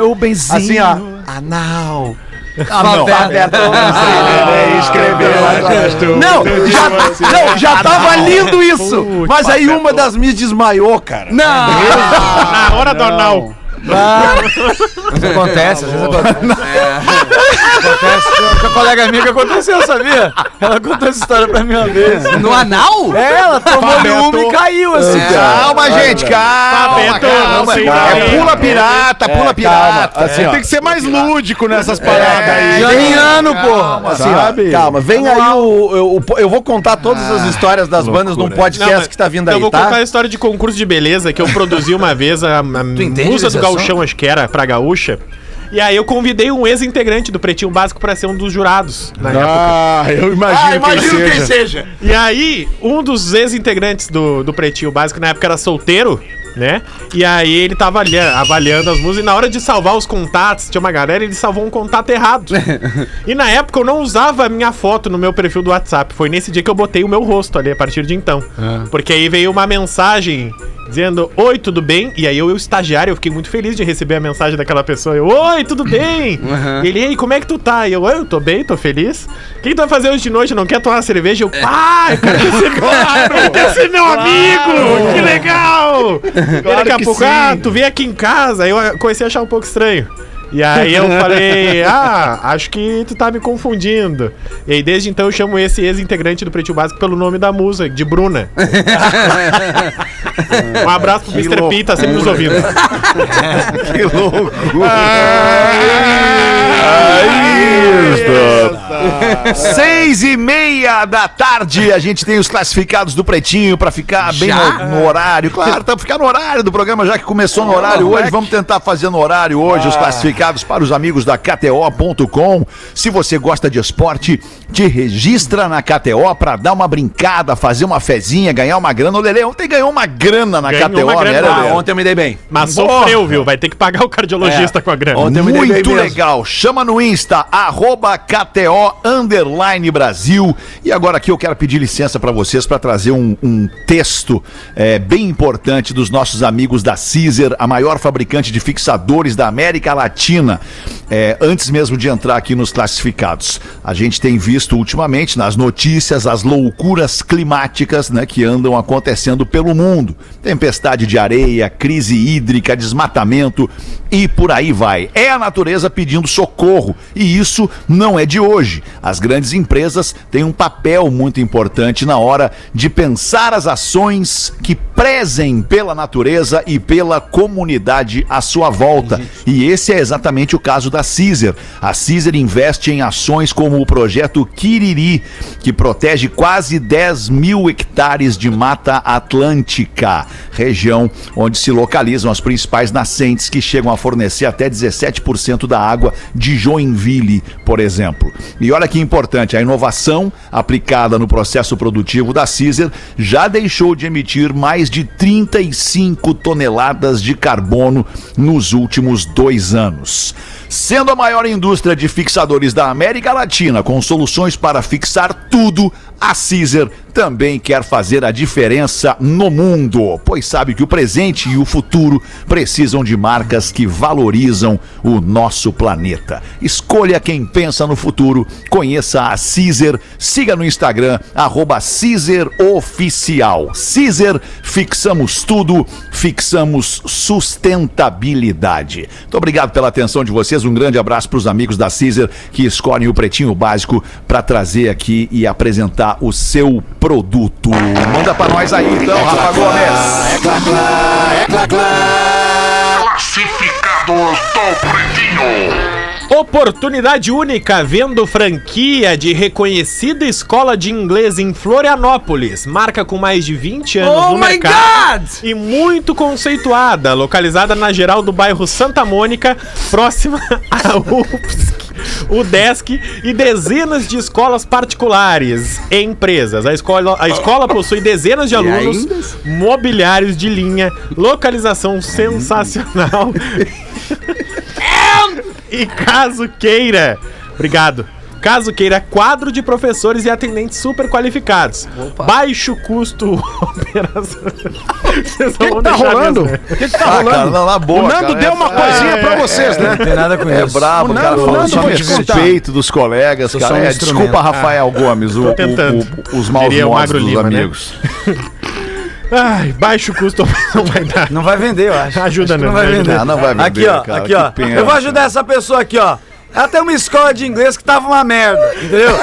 Assim, ó. Anal. é Analfabeto. né? Ah, escrever lá atrás tu. Não, já, não, já tava lindo isso. Mas aí uma das minhas desmaiou, cara. Na hora do anal. Isso acontece, às vezes acontece. acontece. Com a colega minha que aconteceu, sabia? Ela contou essa história pra mim uma vez. No anal? É, ela tomou uma e caiu, assim. É então. Calma, gente, calma. Beto, não sei calma. É também. pula pirata, pula pirata. Assim, ó. Tem que ser mais lúdico nessas paradas aí. Janiano, porra. Assim, ó, calma, vem aí o, eu, o- eu vou contar todas as histórias das bandas num Não, podcast mas que tá vindo Eu aí, vou contar tá? a história de concurso de beleza que eu produzi uma vez, a, a entende musa esse do gauchão, acho que era, pra gaúcha. E aí eu convidei um ex-integrante do Pretinho Básico pra ser um dos jurados na época. Ah, eu imagino, quem seja. E aí, um dos ex-integrantes do, do Pretinho Básico, na época era solteiro, né? E aí ele tava ali eh, avaliando as músicas e na hora de salvar os contatos, tinha uma galera, ele salvou um contato errado. e na época eu não usava a minha foto no meu perfil do WhatsApp. Foi nesse dia que eu botei o meu rosto ali, a partir de então. Porque aí veio uma mensagem dizendo, oi, tudo bem? E aí eu, eu estagiário, eu fiquei muito feliz de receber a mensagem daquela pessoa. Eu, oi, tudo bem? E Ele, ei, como é que tu tá? E eu, eu tô bem, tô feliz. O que que tu vai fazer hoje de noite? Não quer tomar uma cerveja? Eu, pá, eu quero ser, claro, eu quero ser meu amigo, que legal! e daqui a pouco, ah, tu vem aqui em casa. Aí eu comecei a achar um pouco estranho. E aí eu falei, ah, acho que tu tá me confundindo. E aí desde então eu chamo esse ex-integrante do Pretinho Básico pelo nome da musa, de Bruna. Um abraço pro Mr. P, tá sempre nos ouvindo. Que loucura. Aí está. Seis e meia da tarde, a gente tem os classificados do Pretinho pra ficar bem no, no horário. Claro, tá pra ficar no horário do programa, já que começou no horário hoje. Vamos tentar fazer no horário hoje Ah. os classificados para os amigos da KTO.com. Se você gosta de esporte, te registra na KTO pra dar uma brincada, fazer uma fezinha, ganhar uma grana. O Lele ontem ganhou uma grana na Ganhou KTO, uma né, grana. Lelê? Ah, Ontem eu me dei bem. É. Mas sofreu, viu? Vai ter que pagar o cardiologista com a grana. Ontem eu me dei bem Muito mesmo. legal. Chama no Insta, arroba KTO Underline Brasil. E agora aqui eu quero pedir licença para vocês para trazer um, um texto eh, bem importante dos nossos amigos da Caesar, a maior fabricante de fixadores da América Latina. Eh, antes mesmo de entrar aqui nos classificados, a gente tem visto ultimamente nas notícias as loucuras climáticas né, que andam acontecendo pelo mundo. Tempestade de areia, crise hídrica, desmatamento e por aí vai. É a natureza pedindo socorro e isso não é de hoje. As grandes empresas têm um papel muito importante na hora de pensar as ações que prezem pela natureza e pela comunidade à sua volta. E esse é exatamente o caso da Caesar. A Caesar investe em ações como o projeto Kiriri, que protege quase 10 mil hectares de Mata Atlântica, região onde se localizam as principais nascentes que chegam a fornecer até 17% da água de Joinville, por exemplo. E olha que importante, a inovação aplicada no processo produtivo da Caesar já deixou de emitir mais de 35 toneladas de carbono nos últimos dois anos. Sendo a maior indústria de fixadores da América Latina, com soluções para fixar tudo, a Caesar também quer fazer a diferença no mundo, pois sabe que o presente e o futuro precisam de marcas que valorizam o nosso planeta. Escolha quem pensa no futuro, conheça a Caesar, siga no Instagram, arroba Caesar Oficial. Caesar, fixamos tudo, fixamos sustentabilidade. Muito obrigado pela atenção de vocês, um grande abraço para os amigos da Caesar que escolhem o Pretinho Básico para trazer aqui e apresentar o seu produto. Manda para nós aí então, Tá Rafa Gomes. Classificados do Pretinho. Oportunidade única vendo franquia de reconhecida escola de inglês em Florianópolis. Marca com mais de 20 anos Oh no my mercado. God! E muito conceituada, localizada na geral do bairro Santa Mônica, próxima à UFSC. o DESC e dezenas de escolas particulares e empresas. A escola, a escola possui dezenas de alunos, mobiliários de linha, localização sensacional. e caso queira. Obrigado. Caso queira, quadro de professores e atendentes super qualificados. Baixo custo operação. Vocês O que, que tá rolando? O que, que tá rolando? cara, não, na boa, o Nando cara, deu uma essa- coisinha pra vocês, né? Não tem nada com É isso. brabo, O o cara Nando- falando Nando só vai de te contar. respeito dos colegas, sou cara. só um É, instrumento. desculpa, Rafael Ah. Gomes, o, o- tentando. o- os maus Diria o modos Magro dos Lima, né? amigos. Ai, baixo custo não vai dar. Não vai vender, eu acho. Ajuda, Acho que Nando, não vai ajuda. vender. Ah, não vai vender, Aqui, ó. cara, aqui, que ó. pena, eu vou ajudar essa pessoa aqui, ó. Ela tem uma escola de inglês que tava uma merda, entendeu?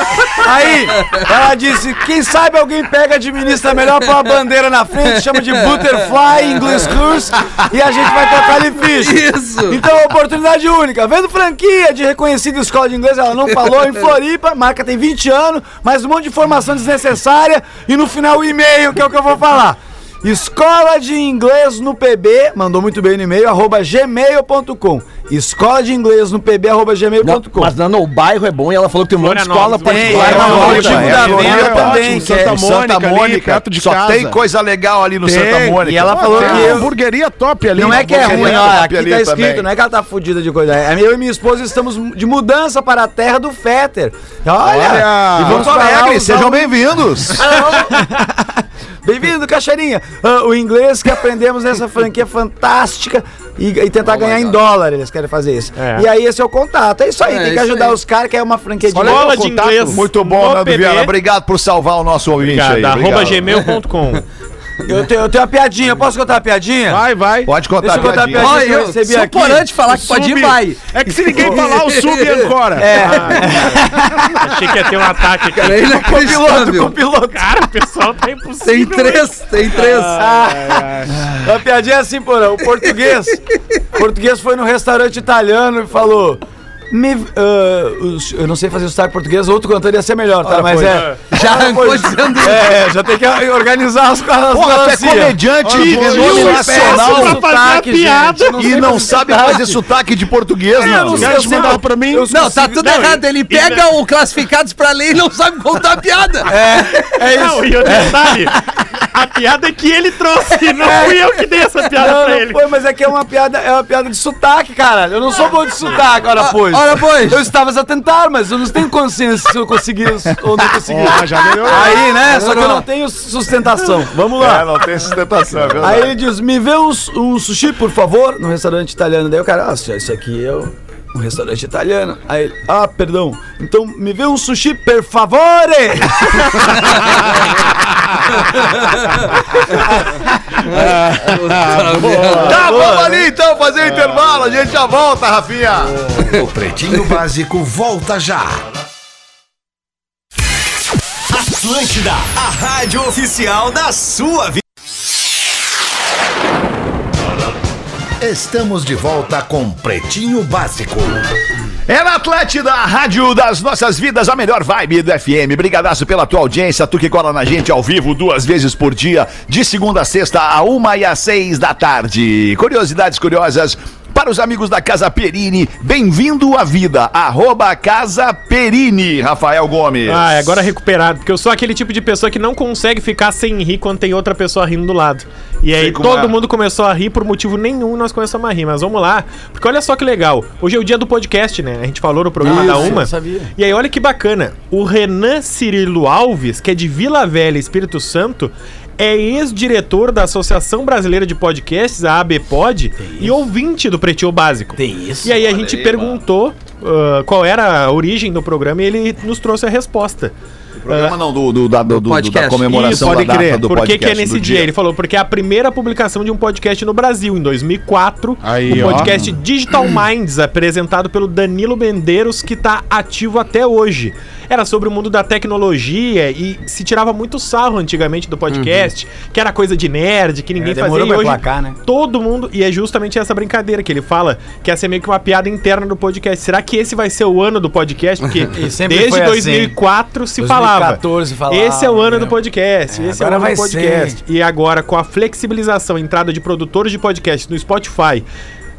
Aí, ela disse: quem sabe alguém pega e administra melhor pra uma bandeira na frente, chama de Butterfly English Course e a gente vai tocar ali ficha. Isso. Então, oportunidade única. Vendo franquia de reconhecida escola de inglês, ela não falou em Floripa, marca tem 20 anos, mas um monte de informação desnecessária e no final o e-mail, que é o que eu vou falar. Escola de Inglês no PB, mandou muito bem no e-mail, arroba gmail.com. Escola de Inglês no PB, arroba gmail.com. Mas não, o bairro é bom e ela falou que tem um monte de escola Florianópolis, particular. tem, na um é, volta. é, É, é, Florianópolis. é, também, ótimo, que é Santa Em Santa Mônica, ali, Mônica, perto de só casa. tem coisa legal ali no Santa Mônica. um e ela Pô, falou tem que uma eu- hamburgueria top ali. Não é que é Hamburgueria ruim, ó, top aqui ali tá escrito, também. não é que ela tá fudida de coisa. É, Eu e minha esposa estamos de mudança para a terra do Fetter. Olha! Olha, e Porto vamos para Alegre, um- Alegre, sejam bem-vindos. Bem-vindo, Caixeirinha! Ah, o inglês que aprendemos nessa franquia fantástica e, e tentar ganhar em dólar, eles querem fazer isso. É. E aí esse é o contato. É isso aí, É, tem que isso ajudar aí. os caras que é uma franquia de Olha inglês. Escola de inglês. Muito bom, no Nando PB. Viana. Obrigado por salvar o nosso ouvinte aí. Obrigado, arroba obrigado. gmail.com. Eu tenho, eu tenho uma piadinha, posso contar uma piadinha? Vai, vai. Pode contar Deixa eu contar a piadinha. piadinha. Olha, eu eu, recebi se o aqui. Porante falar que pode ir, Sub. vai. É que se ninguém falar, o sub agora. É, Ah, Achei que ia ter um ataque aqui. Cara, é inacreditável. piloto. Cara, o pessoal tá impossível. Tem três, tem três. A piadinha é assim, porra. O português. o português foi num restaurante italiano e falou. Me, ah, os- eu não sei fazer o sotaque português, outro cantor ia ser melhor, tá? Mas é. Já arrancou dizendo isso. É, já tem que organizar as coisas. Porra, tu é comediante de renome nacional pra fazer a piada. e não sabe fazer sotaque de É, português, não. sei, Quer te um mandar pra mim? Não, tá tudo errado. Ele pega o classificados pra ler e não sabe contar a piada. É isso. Não, e o detalhe, a piada é que ele trouxe, não fui eu que dei essa piada Não, pra não ele. foi, mas é que é uma piada, é uma piada de sotaque, cara. Eu não sou bom de sotaque, ora pois. ora, pois. Eu estava a tentar, mas eu não tenho consciência se eu consegui ou não consegui. Ó, já melhorou. Aí, né? Só que eu não tenho sustentação. Vamos lá. É, não tem sustentação, é verdade. Aí ele diz: Me vê um, su- um sushi, por favor, no restaurante italiano. Daí o cara, ah, senhor, isso aqui é um um restaurante italiano. Aí ele, ah, perdão. Então me vê um sushi, per favore! Tá, vamos ali então fazer intervalo, a gente já volta, Rafinha. O Pretinho Básico volta já. Atlântida, a rádio oficial da sua vida. Estamos de volta com Pretinho Básico. É na Atlântida, a rádio das nossas vidas, a melhor vibe do FM. Brigadaço pela tua audiência, tu que cola na gente ao vivo duas vezes por dia, de segunda a sexta, a uma e às seis da tarde. Curiosidades curiosas. Para os amigos da Casa Perini, bem-vindo à vida, arroba Casa Perini, Rafael Gomes. Ah, é agora recuperado, porque eu sou aquele tipo de pessoa que não consegue ficar sem rir quando tem outra pessoa rindo do lado. E aí Sei como todo é. mundo começou a rir por motivo nenhum, nós começamos a rir, mas vamos lá. Porque olha só que legal, hoje é o dia do podcast, né? A gente falou no programa da Uma. E aí olha que bacana, o Renan Cirilo Alves, que é de Vila Velha, Espírito Santo, é ex-diretor da Associação Brasileira de Podcasts, a ABPOD, e ouvinte do Pretinho Básico. Tem isso. E aí a gente perguntou ah, qual era a origem do programa e ele nos trouxe a resposta. Programa não, do, do- da, do- do- podcast. da comemoração Isso, da pode data crer. do Por que, podcast. que é nesse do dia? Ele falou, porque é a primeira publicação de um podcast no Brasil, em 2004. Aí, o ó. podcast Digital Minds, apresentado pelo Danilo Mendeiros, que está ativo até hoje. Era sobre o mundo da tecnologia e se tirava muito sarro antigamente do podcast, Uhum. que era coisa de nerd, que ninguém É, fazia. demorou E pra hoje emplacar, né? todo mundo... E é justamente essa brincadeira que ele fala, que essa é meio que uma piada interna do podcast. Será que esse vai ser o ano do podcast? Porque E sempre desde foi assim. 2004 se falava. 2014 falava, Esse é o ano né? do podcast. É, esse é o agora ano do vai podcast. E agora, com a flexibilização, entrada de produtores de podcast no Spotify,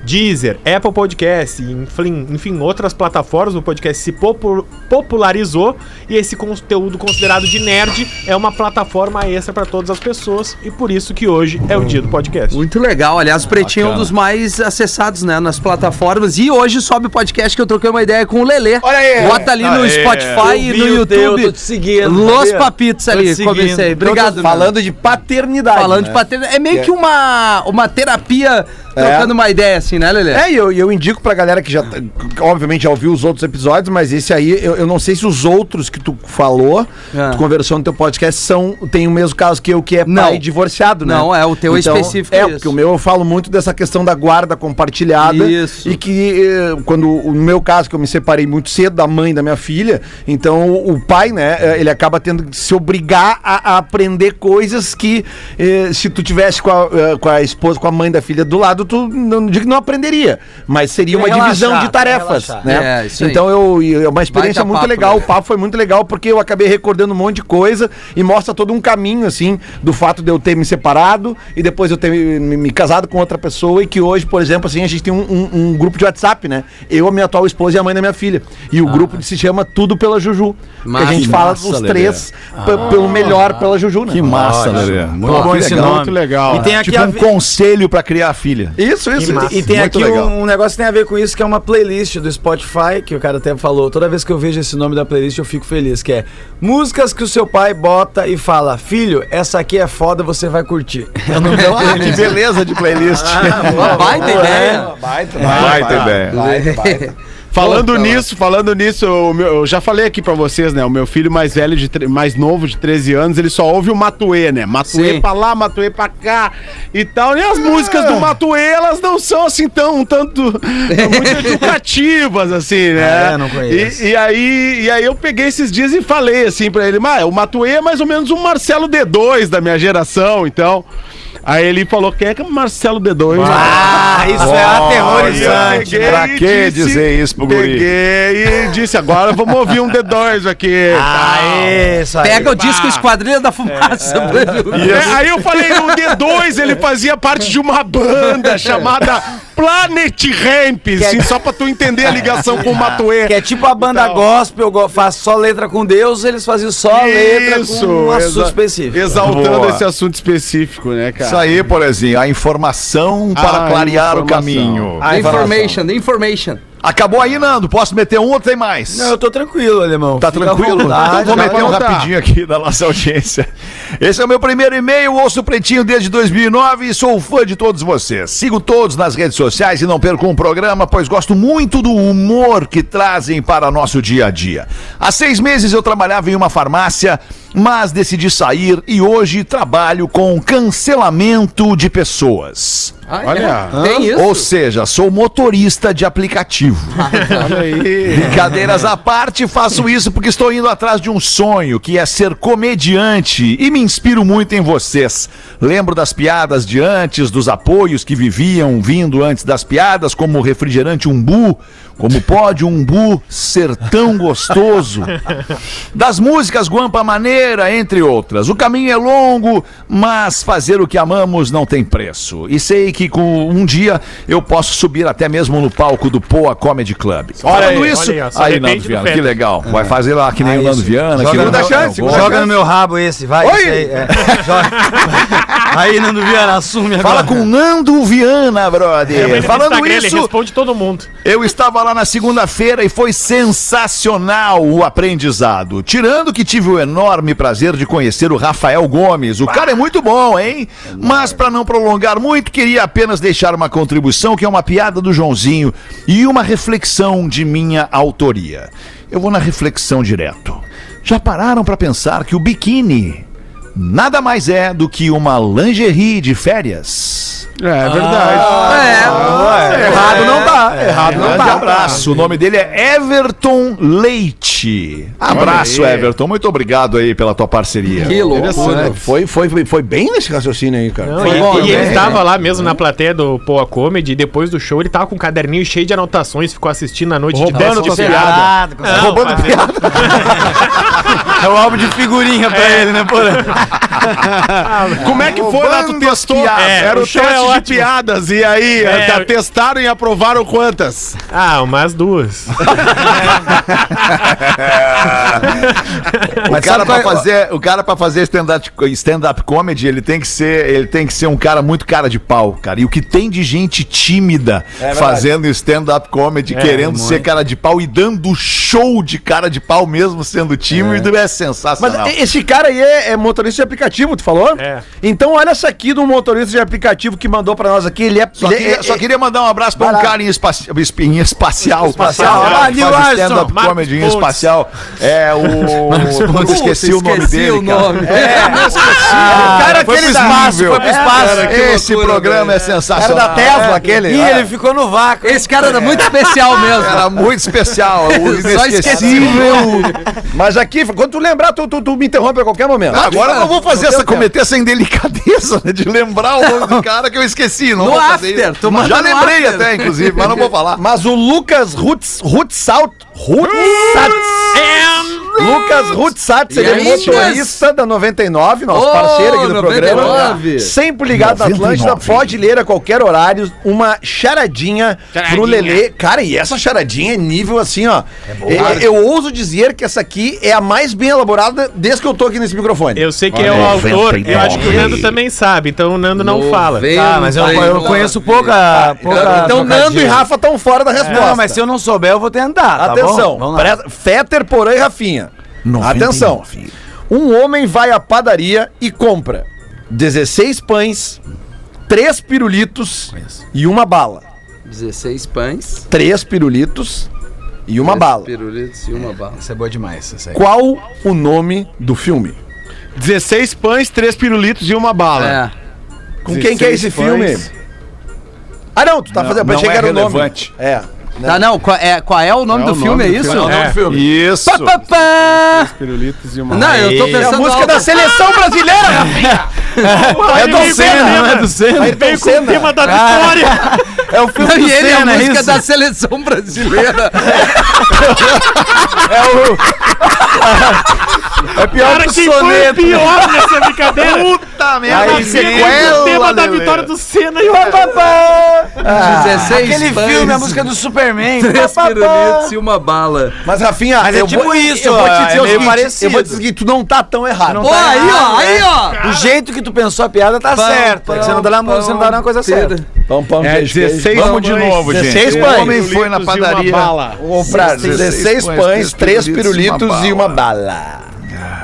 Deezer, Apple Podcast, enfim, enfim, outras plataformas, o podcast se popu- popularizou e esse conteúdo considerado de nerd é uma plataforma extra para todas as pessoas e por isso que hoje é o dia do podcast. Muito legal. Aliás, o Pretinho é um dos mais acessados, né, nas plataformas. E hoje sobe podcast que eu troquei uma ideia com o Lelê. Olha aí. Bota ali no Aê. Spotify e no Meu Deus, YouTube. eu tô te seguindo, Los sabia? Papitos Tô te ali, seguindo. comecei. Obrigado. Nando. Então, Falando de paternidade. Falando né? de paternidade. É meio que uma, uma terapia trocando uma ideia, assim, né, Lelê? É, e eu, e eu indico pra galera que já, tá- que obviamente, já ouviu os outros episódios, mas esse aí, eu, eu não sei se os outros que tu falou, Ah. tu conversou no teu podcast, são, tem o mesmo caso que eu, que é Não. pai divorciado, né? Não, é, o teu é específico É, isso. porque o meu eu falo muito dessa questão da guarda compartilhada. Isso. E que, eh, quando, no meu caso, que eu me separei muito cedo da mãe da minha filha, então o pai, né, eh, ele acaba tendo que se obrigar a, a aprender coisas que, eh, se tu tivesse com a, eh, com a esposa, com a mãe da filha do lado, tu não não digo que não aprenderia, mas seria uma Relaxar, divisão de tarefas, relaxar. né? É, isso aí. então eu, e é uma experiência Baita muito papo, legal, né? o papo foi muito legal porque eu acabei recordando um monte de coisa e mostra todo um caminho assim do fato de eu ter me separado e depois eu ter me, me- me casado com outra pessoa e que hoje, por exemplo, assim a gente tem um, um- um grupo de WhatsApp, né? Eu, a minha atual esposa e a mãe da minha filha e o grupo se chama Tudo pela Juju, Massa. que a gente Que fala Ah. massa, os Lelê. Ah. três p- pelo melhor pela Juju, né? Que massa, Lelê. Muito Pô, legal. esse nome. Muito legal. E tem aqui Tipo a um vi- conselho pra criar filha. Isso, isso. E, e tem Muito aqui legal. um, um negócio que tem a ver com isso, que é uma playlist do Spotify, que o cara até falou. Toda vez que eu vejo esse nome da playlist, eu fico feliz, que é músicas que o seu pai bota e fala, filho, essa aqui é foda, você vai curtir. Ah, que beleza de playlist. Ah, Uma baita ideia. É, Vai, ter ideia. Falando nisso, falando nisso, o meu- eu já falei aqui pra vocês, né? O meu filho mais velho, de tre- mais novo, de 13 anos, ele só ouve o Matuê, né? Matuê Sim. pra lá, Matuê pra cá e tal. E as músicas do Matuê, elas não são assim tão, um tanto, muito educativas, assim, né? É, não conheço. E, e aí, e aí eu peguei esses dias e falei assim pra ele, mas o Matuê é mais ou menos um Marcelo D2 da minha geração, então... Aí ele falou, quem é que é Marcelo D2? Ah, isso é aterrorizante. Peguei Pra e que disse- dizer isso pro guri? Peguei e disse, agora vamos ouvir um D2 aqui. Ah, Ah, Aê, isso aí. Pega o disco Esquadrilha da Fumaça. Bruno. É, aí eu falei, o D2 ele fazia parte de uma banda chamada Planet Ramp, é assim, só pra tu entender a ligação com o Matuê. Que é tipo a banda gospel, go- faz só letra com Deus, eles faziam só letra com um assunto exa- específico. Exaltando Boa. esse assunto específico, né, cara? Isso aí, Porazinho, a informação para Ah, clarear o informação. caminho. The Information, the information. Acabou aí, Nando? Posso meter um ou tem mais? Não, eu tô tranquilo, alemão. Tá Fica à tranquilo? vontade, Então vou vai meter um contar. rapidinho aqui da nossa audiência. Esse é o meu primeiro e-mail, ouço o Pretinho desde 2009 e sou fã de todos vocês. Sigo todos nas redes sociais e não perco um programa, pois gosto muito do humor que trazem para nosso dia a dia. Há seis meses eu trabalhava em uma farmácia, mas decidi sair e hoje trabalho com cancelamento de pessoas. Olha. é. tem isso. Ou seja, sou motorista de aplicativo. Olha aí. Brincadeiras à parte, faço isso porque estou indo atrás de um sonho, que é ser comediante, e me inspiro muito em vocês. Lembro das piadas de antes, dos apoios que viviam vindo antes das piadas, como o refrigerante umbu, como pode um umbu ser tão gostoso, das músicas Guampa Maneira, entre outras. O caminho é longo, mas fazer o que amamos não tem preço. E sei que com um dia eu posso subir até mesmo no palco do Poa Comedy Club. Olha Falando aí, isso, olha aí, ó, só aí, depende Nando do Viana, que Fetter. legal. Vai fazer lá que nem o Nando Viana. que Joga o- na Não, chance, bom. joga Joga- no meu rabo esse, vai. Oi! isso aí, é, joga. aí, Nando Vieira, assume agora. Fala com o Nando Viana, brother. É, Ele no Falando Instagram, ele isso, responde todo mundo. Eu estava lá na segunda-feira e foi sensacional o aprendizado. Tirando que tive o enorme prazer de conhecer o Rafael Gomes. O cara é muito bom, hein? Mas para não prolongar muito, queria apenas deixar uma contribuição que é uma piada do Joãozinho e uma reflexão de minha autoria. Eu vou na reflexão direto. Já pararam para pensar que o biquíni nada mais é do que uma lingerie de férias? É verdade. É. Errado não tá. Errado não é, Grande tá. abraço. O nome dele é Everton Leite. Abraço, Everton. Muito obrigado aí pela tua parceria. Que loucura. Interessante. Foi, foi, foi bem nesse raciocínio aí, cara. Não, e, e né? ele estava lá mesmo na plateia do Poa Comedy e depois do show ele tava com um caderninho cheio de anotações, ficou assistindo a noite Roubando de tua teste. piada. Não, É um álbum de figurinha pra ele, né, porra? Como é que foi lá? Tu Roubando as testou? piadas. É, Era o o show é teste de ótimo. piadas. E aí, É. tá- testaram e aprovaram quantas? Ah, umas duas. O cara, pra fazer, o cara pra fazer stand-up stand comedy, ele tem, que ser, ele tem que ser um cara muito cara de pau, cara. E o que tem de gente tímida fazendo stand-up comedy, querendo ser cara de pau e dando show de cara de pau mesmo sendo tímido, é, Mas sensacional. e- esse cara aí é, é motorista de aplicativo, tu falou? É. Então olha essa aqui do motorista de aplicativo que mandou pra nós aqui. Ele é. Só ele queria, é- só é- queria mandar um abraço pra um Vai lá. cara em, espaci- esp- em espacial. Espacial. cara, Ah, que Neil faz Armstrong, stand-up Marcos comedy em Pontes. espacial. É o. Puta, esqueci o nome esqueci dele. o cara. nome. É, eu esqueci. o cara foi pro espaço, foi pro espaço. Cara, que Esse loucura, programa velho. é sensacional. Era da Tesla, aquele? Ih, ele ficou no vácuo. Esse cara era muito especial mesmo. Era muito especial. O Só esqueci o inesquecível. Mas aqui, quando tu lembrar, tu, tu- tu me interrompe a qualquer momento. Agora eu não vou fazer essa, tempo. cometer essa indelicadeza né, de lembrar o nome do cara que eu esqueci. Não No vou fazer after, isso. tu manda Já no lembrei after. até, inclusive, mas não vou falar. Mas o Lucas Rutz, Rutsaut. Rutsat. Lucas Rutsat, ele E é aí, motorista da 99, nosso Ô, parceiro aqui do 99. programa. Sempre ligado na Atlântida, 99. pode ler a qualquer horário uma charadinha, pro Lelê. Cara, e essa charadinha é nível assim, ó. É- eu ouso dizer que essa aqui é a mais bem elaborada desde que eu tô aqui nesse microfone. Eu sei que é o autor e eu acho que o Nando também sabe, então o Nando não fala. Tá, mas eu, Eu conheço pouca. pouca Então, Nando e Rafa estão fora da resposta. Não, mas se eu não souber, eu vou tentar. tá Atenção, bom? Vamos lá. presta- Fetter, Porã e Rafinha. Atenção. Um homem vai à padaria e compra 16 pães, 3 pirulitos e uma bala. 16 pães, 3 pirulitos e uma três bala. pirulitos e uma bala. Essa é boa demais, essa aí. Qual o nome do filme? 16 pães, 3 pirulitos e uma bala. É. Com quem que é esse 16 filme? pães. Ah, não, tu tá fazendo. não Pensei é que era o nome. relevante. É. Tá, não, qual é, qual é o nome do filme, é isso? Não, É. não, filme. Isso. Pá, pá, pá. Pirulitos e uma Não, eu tô É pensando... a música alto. da seleção brasileira, Rafinha! É do Senna, né? do Senna. É do Senna. da vitória! É o filme Não, do e ele é a Senna, é música isso? da seleção brasileira. É pior Cara, que o quem foi o soneto. pior nessa brincadeira? Puta merda. Aí, que o tema sequela, da Lelê. vitória do Senna e o Ah, 16 Aquele pães, filme, a música do Superman. Três Pá, pá, pá. pirulitos e uma bala. Mas, Rafinha, Mas é eu tipo vou, isso, eu vou te ó, dizer é o meio seguinte, parecido. eu vou te dizer que tu não tá tão errado. Não Ó, tá aí, ó, errado, né? aí, ó. O jeito que tu pensou a piada tá certo. É que você não tá na música, você não tá na coisa certa. Pão, pão, É queijo, queijo. 16 Vamos de novo, gente. 16 O pães. homem foi na pirulitos e uma padaria. bala. Comprar 16, 16 pães, 3 pirulitos e uma bala.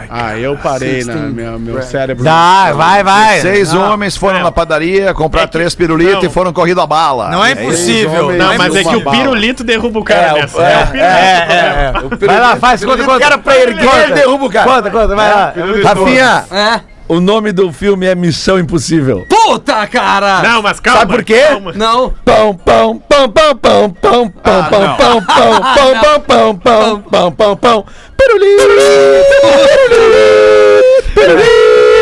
Ah, eu parei, né? Meu, meu cérebro. Tá, vai, vai. Seis homens foram na padaria comprar três pirulitos não. e foram corrido a bala. Não é isso. impossível. Não, mas é que o bala. pirulito derruba o cara nessa. É, o pirulito. Vai lá, faz, conta, conta. O cara pra erguer, ele derruba o cara. Conta, conta, É, vai lá. Tá Rafinha, É. o nome do filme é Missão Impossível. Puta, cara! Não, mas calma. Sabe por quê? calma. Não. Pão, pão, pão, pão, pão, pão, pão, pão, pão, pão, pão, pão, pão, Ah, pão, pão, pão, pão, pirulito, é pirulito, pirulito,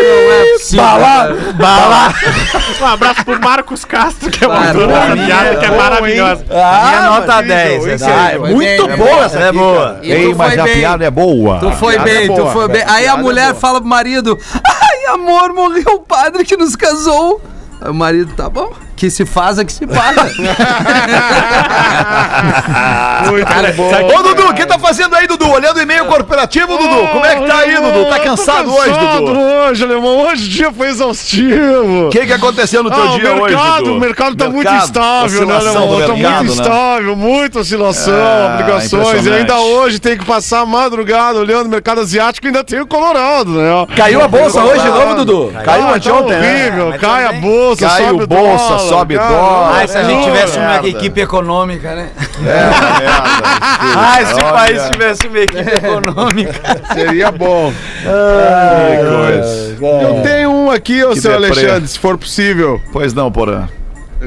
Não é possível, cara. bala, bala. Um abraço pro Marcos Castro, que é o Claro, autor dessa claro. piada, que é Bom, hein? maravilhosa. Ah, Minha nota incrível, 10. essa incrível. aí. Ah, é Foi muito bem, boa essa É aqui, boa. E Ei, tu mas foi a bem. piada é boa. Tu foi bem, tu foi bem. Aí a mulher fala pro marido: Ai, amor, morreu o padre que nos casou. Aí o marido, tá bom. Que se faz é que se paga. Muito bom. Ô, Dudu, o que tá fazendo aí, Dudu? Olhando o e-mail corporativo, Dudu? Como é que tá aí, Dudu? Tá cansado hoje, Dudu? hoje, alemão. Hoje o dia foi exaustivo. O que que aconteceu no teu Ah, o dia hoje, mercado, Dudu? o mercado tá muito Mercado, instável, né, oscilação do Leandro? Tá mercado, muito né? instável, muita oscilação, Ah, obrigações. E impressionante. ainda hoje tem que passar a madrugada olhando o mercado asiático e ainda tem o Colorado, né? Caiu a bolsa hoje de novo, Dudu? tá Caiu Ah, tá anteontem, né? horrível, cai a bolsa, Cai sobe o bolsa, dólar, sobe cara. dólar. Ah, se a gente Loucura. tivesse uma merda. equipe econômica, né? É, Ah, esse país tivesse uma equipe econômica. Seria bom. coisa. Eu tenho um aqui, ô Que seu é, deprê. Alexandre, se for possível. Pois não, Porã.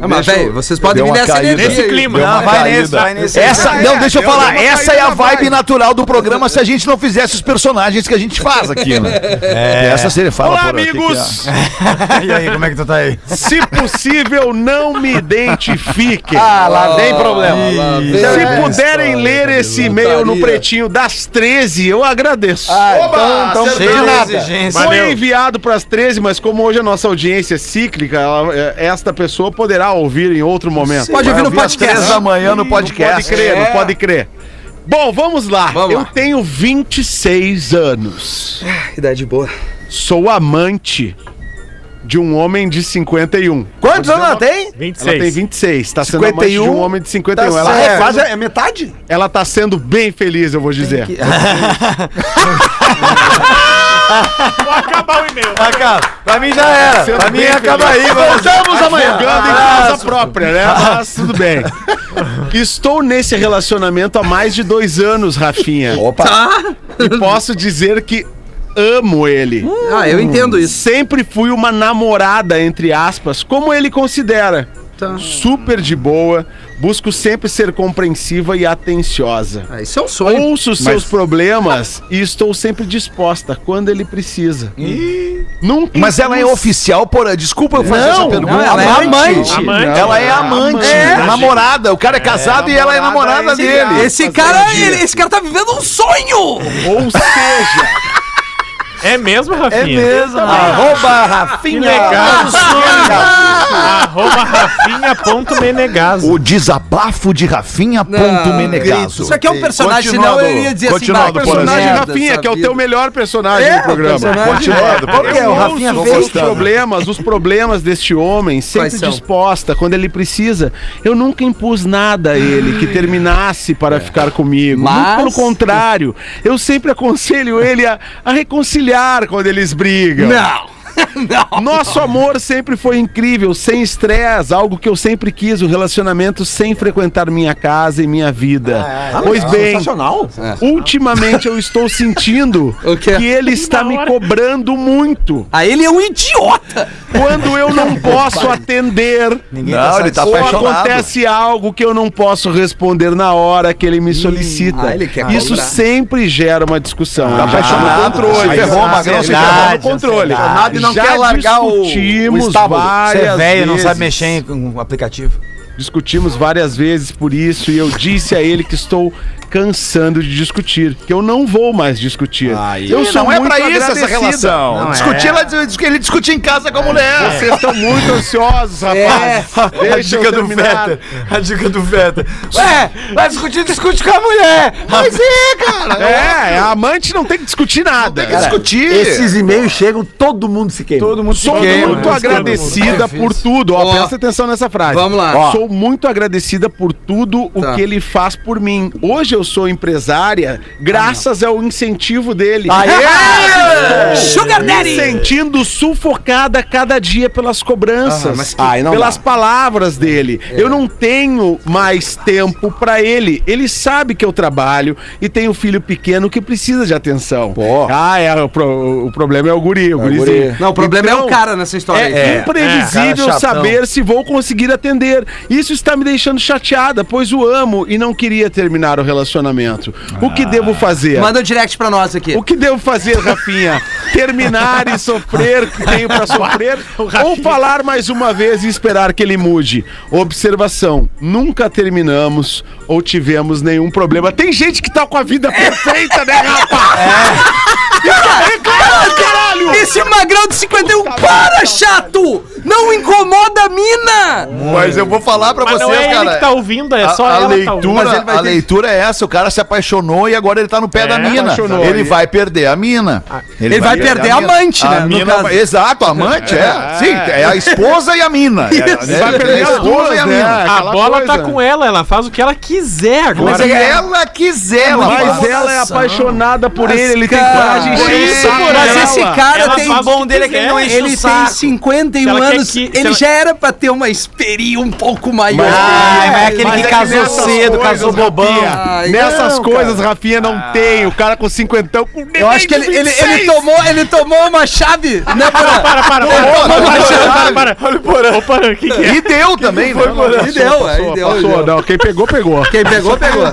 Ah, mas, velho, vocês podem me Deu dar uma essa caída. energia. Nesse aí. clima. né? Não, vai caída. nesse, vai nesse. Essa, Vai. não, deixa eu deu falar, uma essa é caída a na vibe vibe. natural do programa se a gente não fizesse os personagens que a gente faz aqui, né? Essa seria fala Olá, porra, o que que amigos! é? E aí, como é que tu tá aí? Se possível, não me identifiquem. Ah, lá vem problema. Se É, puderem ler esse e-mail no putaria. pretinho das 13, eu agradeço. Então, então, Cheio de nada. exigência. Ah, Foi Valeu. enviado para as 13, mas como hoje a nossa audiência é cíclica, ela- é, esta pessoa poderá ouvir em outro momento. Pode ouvir no Às três podcast. da manhã no Não pode podcast. crer, não pode crer. Bom, vamos lá. Vamos eu lá. tenho 26 anos. Idade boa. Sou amante de um homem de 51. Quantos anos ela tem? 26. Ela tem 26, tá sendo amante de 51, um homem de 51. Tá ela, certo. é, quase, é metade? ela tá sendo bem feliz, eu vou dizer. Vou acabar o e-mail. Acaba. Pra mim já era. Pra mim acaba aí, mano. Voltamos amanhã. em casa própria, né? Mas tudo bem. Estou nesse relacionamento há mais de dois anos, Rafinha. Opa! Ah, E posso dizer que amo ele. Hum. Ah, eu entendo isso. Sempre fui uma namorada, entre aspas, como ele considera. Tá. Super de boa, busco sempre ser compreensiva e atenciosa. Ah, isso é um sonho. Ouço seus problemas e estou sempre disposta quando ele precisa. Nunca Mas ela é impus- oficial, porra. Desculpa eu fazer essa pergunta. não, ela é amante. Amante. Ela é amante, namorada. O cara é casado e ela é namorada dele. Ah, Esse cara, ele- esse cara tá vivendo um sonho! Ou seja, É mesmo, Rafinha? É mesmo, mano. Arroba Que Rafinha. legal. Arroba rafinha.menegaso. O desabafo de Rafinha ponto Não, Menegaso. Isso aqui é um personagem, Continua senão eu do- iria dizer assim, continua bah, do que personagem merda Rafinha, essa que é o teu vida. melhor É. personagem do programa. Continuando. Por que Eu o ouço Rafinha os fez? problemas, os problemas deste homem, sempre Quais são? disposta quando ele precisa. Eu nunca impus nada a ele que terminasse para ficar comigo. Muito Mas- pelo contrário, eu sempre aconselho ele a, a reconciliar quando eles brigam. Não! Nosso amor sempre foi incrível, sem estresse, algo que eu sempre quis, um relacionamento sem frequentar minha casa e minha vida. pois bem, ultimamente eu estou sentindo O quê? que ele está me cobrando muito Aí ele é um idiota! quando eu não posso atender. Não, ele tá Ou apaixonado. acontece algo que eu não posso responder na hora que ele me solicita. ah, ele quer Ah. Isso cobrar. sempre gera uma discussão. Tá apaixonado. controle. Se ferrou, Já Magrão, se ansiedade, ferrou no controle. ansiedade. e não Já quer largar o- o discutimos estábulo. Você é várias velho, não sabe vezes. mexer em um aplicativo. Discutimos várias vezes por isso e eu disse a ele que estou cansando de discutir, que eu não vou mais discutir. eu Ih, não é pra isso essa relação. Não é. discutir, ela diz que ele discute em casa É. com a mulher. Vocês estão muito ansiosos, rapaz. Deixa eu terminar. A dica do Veta. Ué, vai discutir, discute com a mulher. Mas é, cara. É, a amante não tem que discutir nada. Tem que discutir. Esses e-mails chegam, todo mundo se queima. Todo mundo se Sou queima, né? muito Todo mundo. agradecida É por tudo. Ó, Ó, presta atenção nessa frase. vamos lá. Ó, Sou tá muito agradecida por tudo o Tá. que ele faz por mim. Hoje eu sou empresária graças ao incentivo dele. Sugar Me Daddy! sentindo sufocada cada dia pelas cobranças, Ai, Tá. não pelas dá. palavras dele. É. Eu não tenho mais tempo pra ele. Ele sabe que eu trabalho e tenho um filho pequeno que precisa de atenção. Pô. Ah, é, o, pro- o problema é o guri, o gurizinho. guri. Não, o problema é Então, o cara nessa história. aí. é, é, imprevisível cara chatão. saber se vou conseguir atender. Isso está me deixando chateada, pois o amo e não queria terminar o relacionamento. O que devo fazer? Manda um direct pra nós aqui. O que devo fazer, Rafinha? Terminar e sofrer o que tenho pra sofrer? ou falar mais uma vez e esperar que ele mude? Observação: nunca terminamos ou tivemos nenhum problema. Tem gente que tá com a vida perfeita, né, rapaz? É. Caralho! Esse magrão de 51, para, chato! Não incomoda a mina! Mas eu vou falar pra Mas vocês, não é ele cara. que tá ouvindo, é a, só a ela que É, tá ouvindo. leitura, a leitura é essa, o cara se apaixonou e agora ele tá no pé da mina. apaixonou. Ele vai perder a mina. Ah, Ele vai perder a mina. amante, né, A no mina caso. vai- exato, a amante, é. Sim, é a esposa e a mina. É, Isso. né, Vai perder a as esposa e duas, a né? mina. A Aquela bola tá coisa. com ela, ela faz o que ela quiser agora. Mas é ela quiser, ela Mas faz. ela é apaixonada por ele, ele tem cara, coragem por cheia. isso, Mas esse cara Ela tem. faz O que bom dele é que quiser. ele não enche Ele o saco. tem 51 Se ela quer anos, que- se ele ela- já era pra pra ter uma esperia um pouco maior. Ah, mas é aquele Mas que é que casou nessas cedo, coisas, casou bobão. Rafinha, Ai, nessas não, coisas, Rafinha não tem. O cara com cinquentão. Com Eu acho que ele, ele, ele tomou, ele tomou uma chave, né, Porã? Para, para, para, para, para, para. Olha o Porã. Ô, Porã, o que que é? E deu também, né? E deu, aí deu. Passou, não. Quem pegou, pegou. Quem pegou, pegou.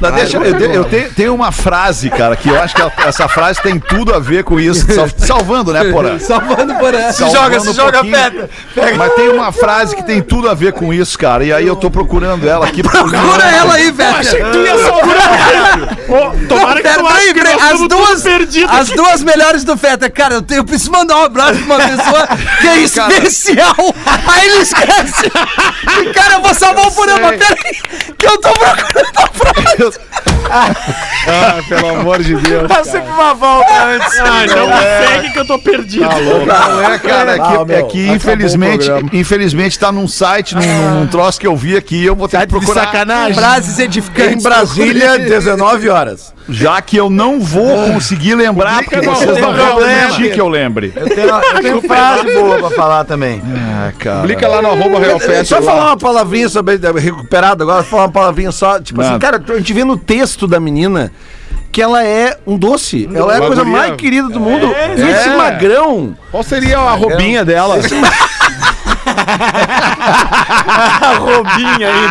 Mas deixa, eu, te- eu te- tenho uma frase, cara, que eu acho que ela- essa frase tem tudo a ver com isso. Sal- salvando, né, Porã? Salvando o Porã. Se joga, se joga, Pedro. Mas tem uma frase que tem tudo a ver com isso, cara. E aí eu tô procurando ela aqui. Segura ela aí, velho. Ô, tomara que Pera, tu ache peraí, que peraí, nós tá as estamos tudo duas, perdido as aqui. duas melhores do Feta. Cara, eu, tenho, eu preciso mandar um abraço pra uma pessoa que é especial. Aí ele esquece. E, cara, eu vou salvar o Porã, mas peraí, que eu tô procurando a frase. Ah, pelo amor de Deus. Dá sempre uma volta antes. Ah, não me segue que eu tô perdido. É. Não é, cara, é que, Ah, meu, é que acabou infelizmente, o programa. infelizmente tá num site, num, num troço que eu vi aqui, eu vou Tá ter que procurar. sacanagem. Frases edificantes. Em é Brasília, 19 horas. Já que eu não vou Ah. conseguir lembrar, porque qual vocês é o não vão problema. permitir que eu lembre. É, Eu tenho, eu tenho frase boa pra falar também. Ah, cara. Clica lá no arroba Real Fest. Só lá. falar uma palavrinha sobre. Recuperado agora, falar uma palavrinha só. Tipo assim, Nada. cara, a gente vê no texto da menina que ela é um doce. Ela é a Uma coisa guria. mais querida do mundo. E esse É. magrão. É um Qual seria a roubinha dela?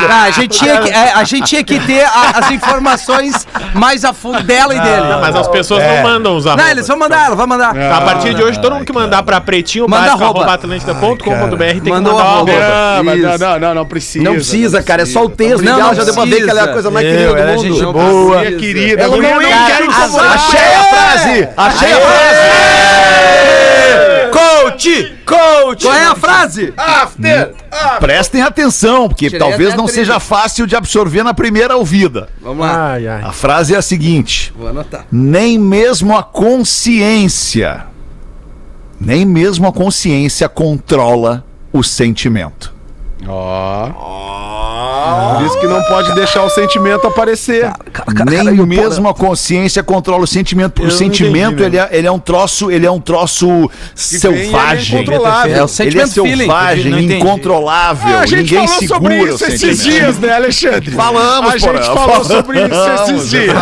Ah, a, gente tinha que, é, a gente tinha que ter a- as informações mais a fundo dela e dele. Ah, Não, Mas as pessoas não mandam os eles arrobas. vão mandar ela, vai mandar. É. a partir de hoje, todo mundo que mandar pra pretinho Manda básico, arroba. arroba atlântida.com.br tem que Manda mandar o o arroba. arroba. Ah, mas Isso. não, não, não precisa. Não precisa, cara. É só o texto. Não, Não, não já deu pra ver que ela é a coisa mais precisa. querida Eu, ela é do mundo. gente Não Boa. precisa. querida. Ela guria não é quero cara, incomodar. Achei a frase! é Achei a frase! Coach! Coach! Qual é a frase? After! Prestem atenção, porque Tirei talvez até não três. seja fácil de absorver na primeira ouvida. Vamos lá, Ai, ai. A frase é a seguinte: vou anotar. nem mesmo a consciência, nem mesmo a consciência controla o sentimento. Por isso que não pode deixar o sentimento aparecer. nem mesmo a consciência controla o sentimento. porque O sentimento ele, é, ele é um troço, ele é um troço selvagem. incontrolável. Ele É o é sentimento feeling. selvagem, Não entendi. incontrolável. Ah, Ninguém segura o esses sentimento. dias, né, Alexandre? Falamos, A gente porra, falou sobre isso esses dias.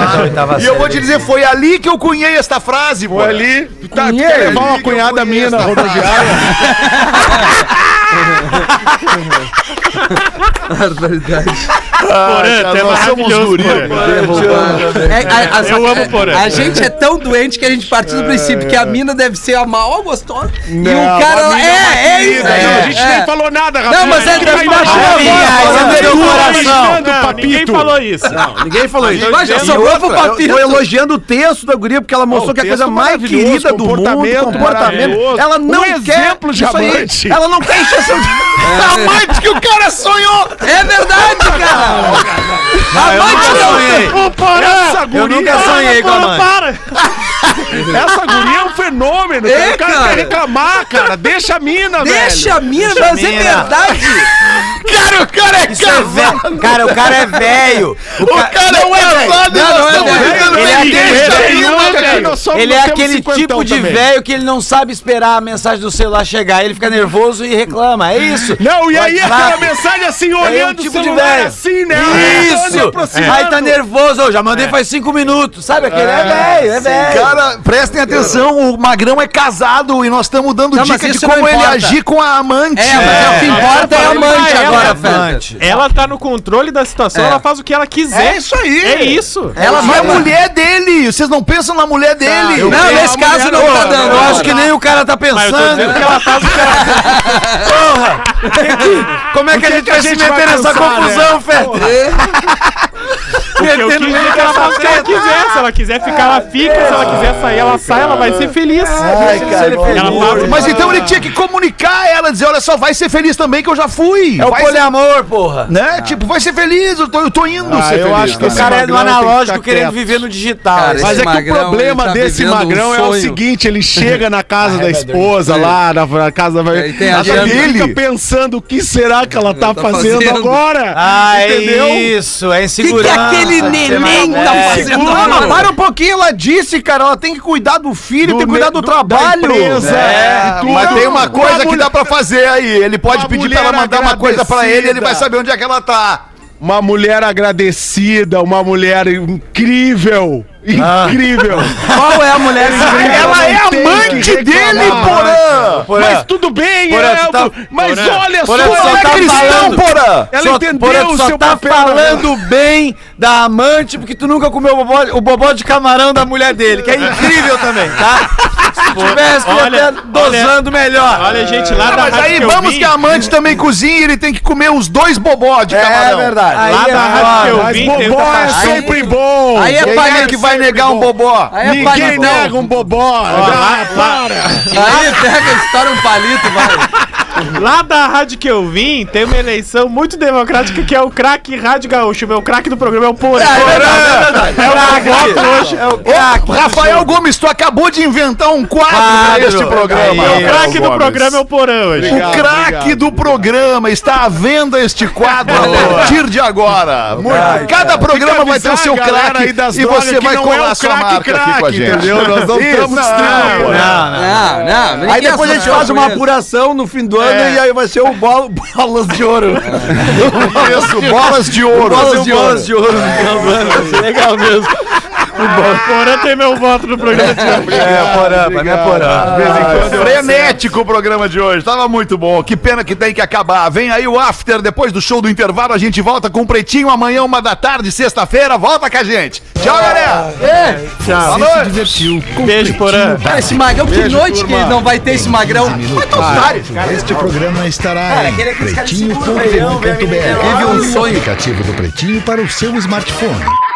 E eu vou te dizer, foi ali que eu cunhei esta frase, pô. Foi ali. Tu tá, tu quer levar uma cunhada minha na rodoviária? Porã, tu é maravilhoso, Porã. É, a, a- Eu a- amo Porã. A gente é tão doente que a gente parte do princípio que a mina deve ser a maior gostosa e É. Não, o cara. a mina é uma É, é isso. querida. é, Não, a gente é. nem falou nada, rapaz. Não, mas é que Não, ninguém falou isso. Ninguém falou isso. Mas já E sobrou outra, pro papito. Eu tô elogiando o texto da guria porque ela mostrou o que é a coisa texto tá mais maravilhoso, querida do mundo. comportamento maravilhoso. Comportamento. Ela não Um quer. exemplo de isso aí. amante. Ela não quer encher seu. Amante que o cara sonhou! É verdade, cara. Amante um não. Ô, Porã! Essa guria, nunca sonhei com Porã, amante. para. Essa guria é um fenômeno, cara. É, O cara, cara. quer reclamar, cara. Deixa a mina, Deixa a mina, mas né? é verdade. Cara, o cara é Cara, o cara é velho. O ca- não é foda, Não, não é velho. velho. Ele é Ninguém aquele deixa velho, nenhuma, velho. cara. Nós tipo somos- Ele é nós temos aquele cinquentão tipo de também. velho que ele não sabe esperar a mensagem do celular chegar. Ele fica nervoso e reclama. É isso. Não, e aí WhatsApp. aquela mensagem assim, olhando tipo o de celular velho. é assim, né? Isso! Aí tá nervoso, eu já É. mandei faz cinco minutos. Sabe aquele? É velho, é velho. Cara, prestem atenção, o Magrão é casado e nós estamos dando Não, mas dica de isso não como ele importa. agir com a amante. É, mas é o que importa é amante agora, velho. Ela tá no controle da situação, É. ela faz o que ela quiser. É isso aí. É isso. Ela Ela vai vai a mulher dele. Vocês não pensam na Tá, mulher dele. Não, nesse caso não tá dando. Eu acho que nem o cara tá Mas eu tô pensando. dizendo que ela faz o que ela Como é que, a gente vai se meter nessa né? confusão, Feta? quer. Eu quis dizer que ela faz É o que ela quiser. Se ela quiser ficar, ela fica. Se ela quiser sair, ela sai. Ela vai ser feliz. cara, Ela faz o Mas então ele tinha que comunicar ela, dizer, olha só, vai ser feliz também que eu já fui. É o vai ser, poliamor, porra. né? Tipo, vai ser feliz, eu tô, eu tô indo Ah, ser eu feliz. acho que né? O cara é do magrão tem que analógico ficar querendo quieto. viver no digital. Cara, Mas Esse é que o magrão, problema ele tá desse vivendo um magrão é o sonho. seguinte, ele chega na casa da esposa lá, na na casa da... Aí tem a Ela agenda. fica pensando o que será que ela tá tá fazendo fazendo. agora, Ah, entendeu? é isso, é O que, que é insegurança. aquele Aquele neném tá fazendo Não, mas uma para um pouquinho, ela disse, cara, ela tem que cuidar do filho, tem que cuidar do, trabalho. É, mas tem uma coisa que dá pra fazer aí. Ele pode Uma pedir pra ela mulher mandar uma coisa pra ele, ele vai agradecida. saber onde é que ela tá. Uma mulher agradecida, uma mulher incrível. Incrível. Qual é a mulher? Ela é amante dele, Porã! Mas tudo bem, Porã, tu Heraldo. tá- Mas olha Porã, só, tu só ela é tá cristão, falando- Porã. Ela só, entendeu porra, tu o só seu tá papel. falando bem da amante porque tu nunca comeu o bobó, o bobó de camarão da mulher dele, que é incrível também, tá? Se tivesse, tu ia Olha, até dosando melhor. Olha, gente, lá Ah, da mas rádio aí que eu vamos é vim- que a amante também cozinha e ele tem que comer os dois bobó de camarão. Aí Lá é da rádio que eu foda. vim, tem Bobó outra é faixa. sempre bom. Aí é Quem pai, é que vai negar um bobó? Aí é Ninguém palito. nega um bobó. lá, lá, Aí pega, estoura um palito, vai. lá da rádio que eu vim, tem uma eleição muito democrática que é o craque Rádio Gaúcho. Meu craque do programa é o Porã. É Ô, Rafael Gomes, tu acabou de inventar um quadro pra este programa. O craque do programa é o Porã hoje. o craque do programa está à venda este quadro a partir de agora. Muito- Cada programa vai ter o seu craque e você vai colar a sua marca aqui com a gente. Entendeu? Nós não estamos distribuindo. né? Não, não. Não, não. Aí depois a gente faz uma pura. apuração no fim do É. ano e aí vai ser o bolo, bolas de ouro. Isso, bolas de ouro. bolas de ouro. de ouro. Legal mesmo. O Porã tem meu voto no programa de hoje. É, porã, mas não é porã. De vez em quando eu- Frenético o programa de hoje, tava muito bom. Que pena que tem que acabar. Vem aí o after, depois do show do intervalo, a gente volta com o pretinho amanhã, uma da tarde, sexta-feira. Volta com a gente. Tchau, galera! Tchau. Falou! Beijo, Porã. Cara, esse magrão, que noite que não vai ter esse magrão. Mas tá otário. Este programa estará em aquele- aquele cara segura o leão, velho, pretinho.com.br. menino. Teve um sonho. Aplicativo do Pretinho para o seu smartphone.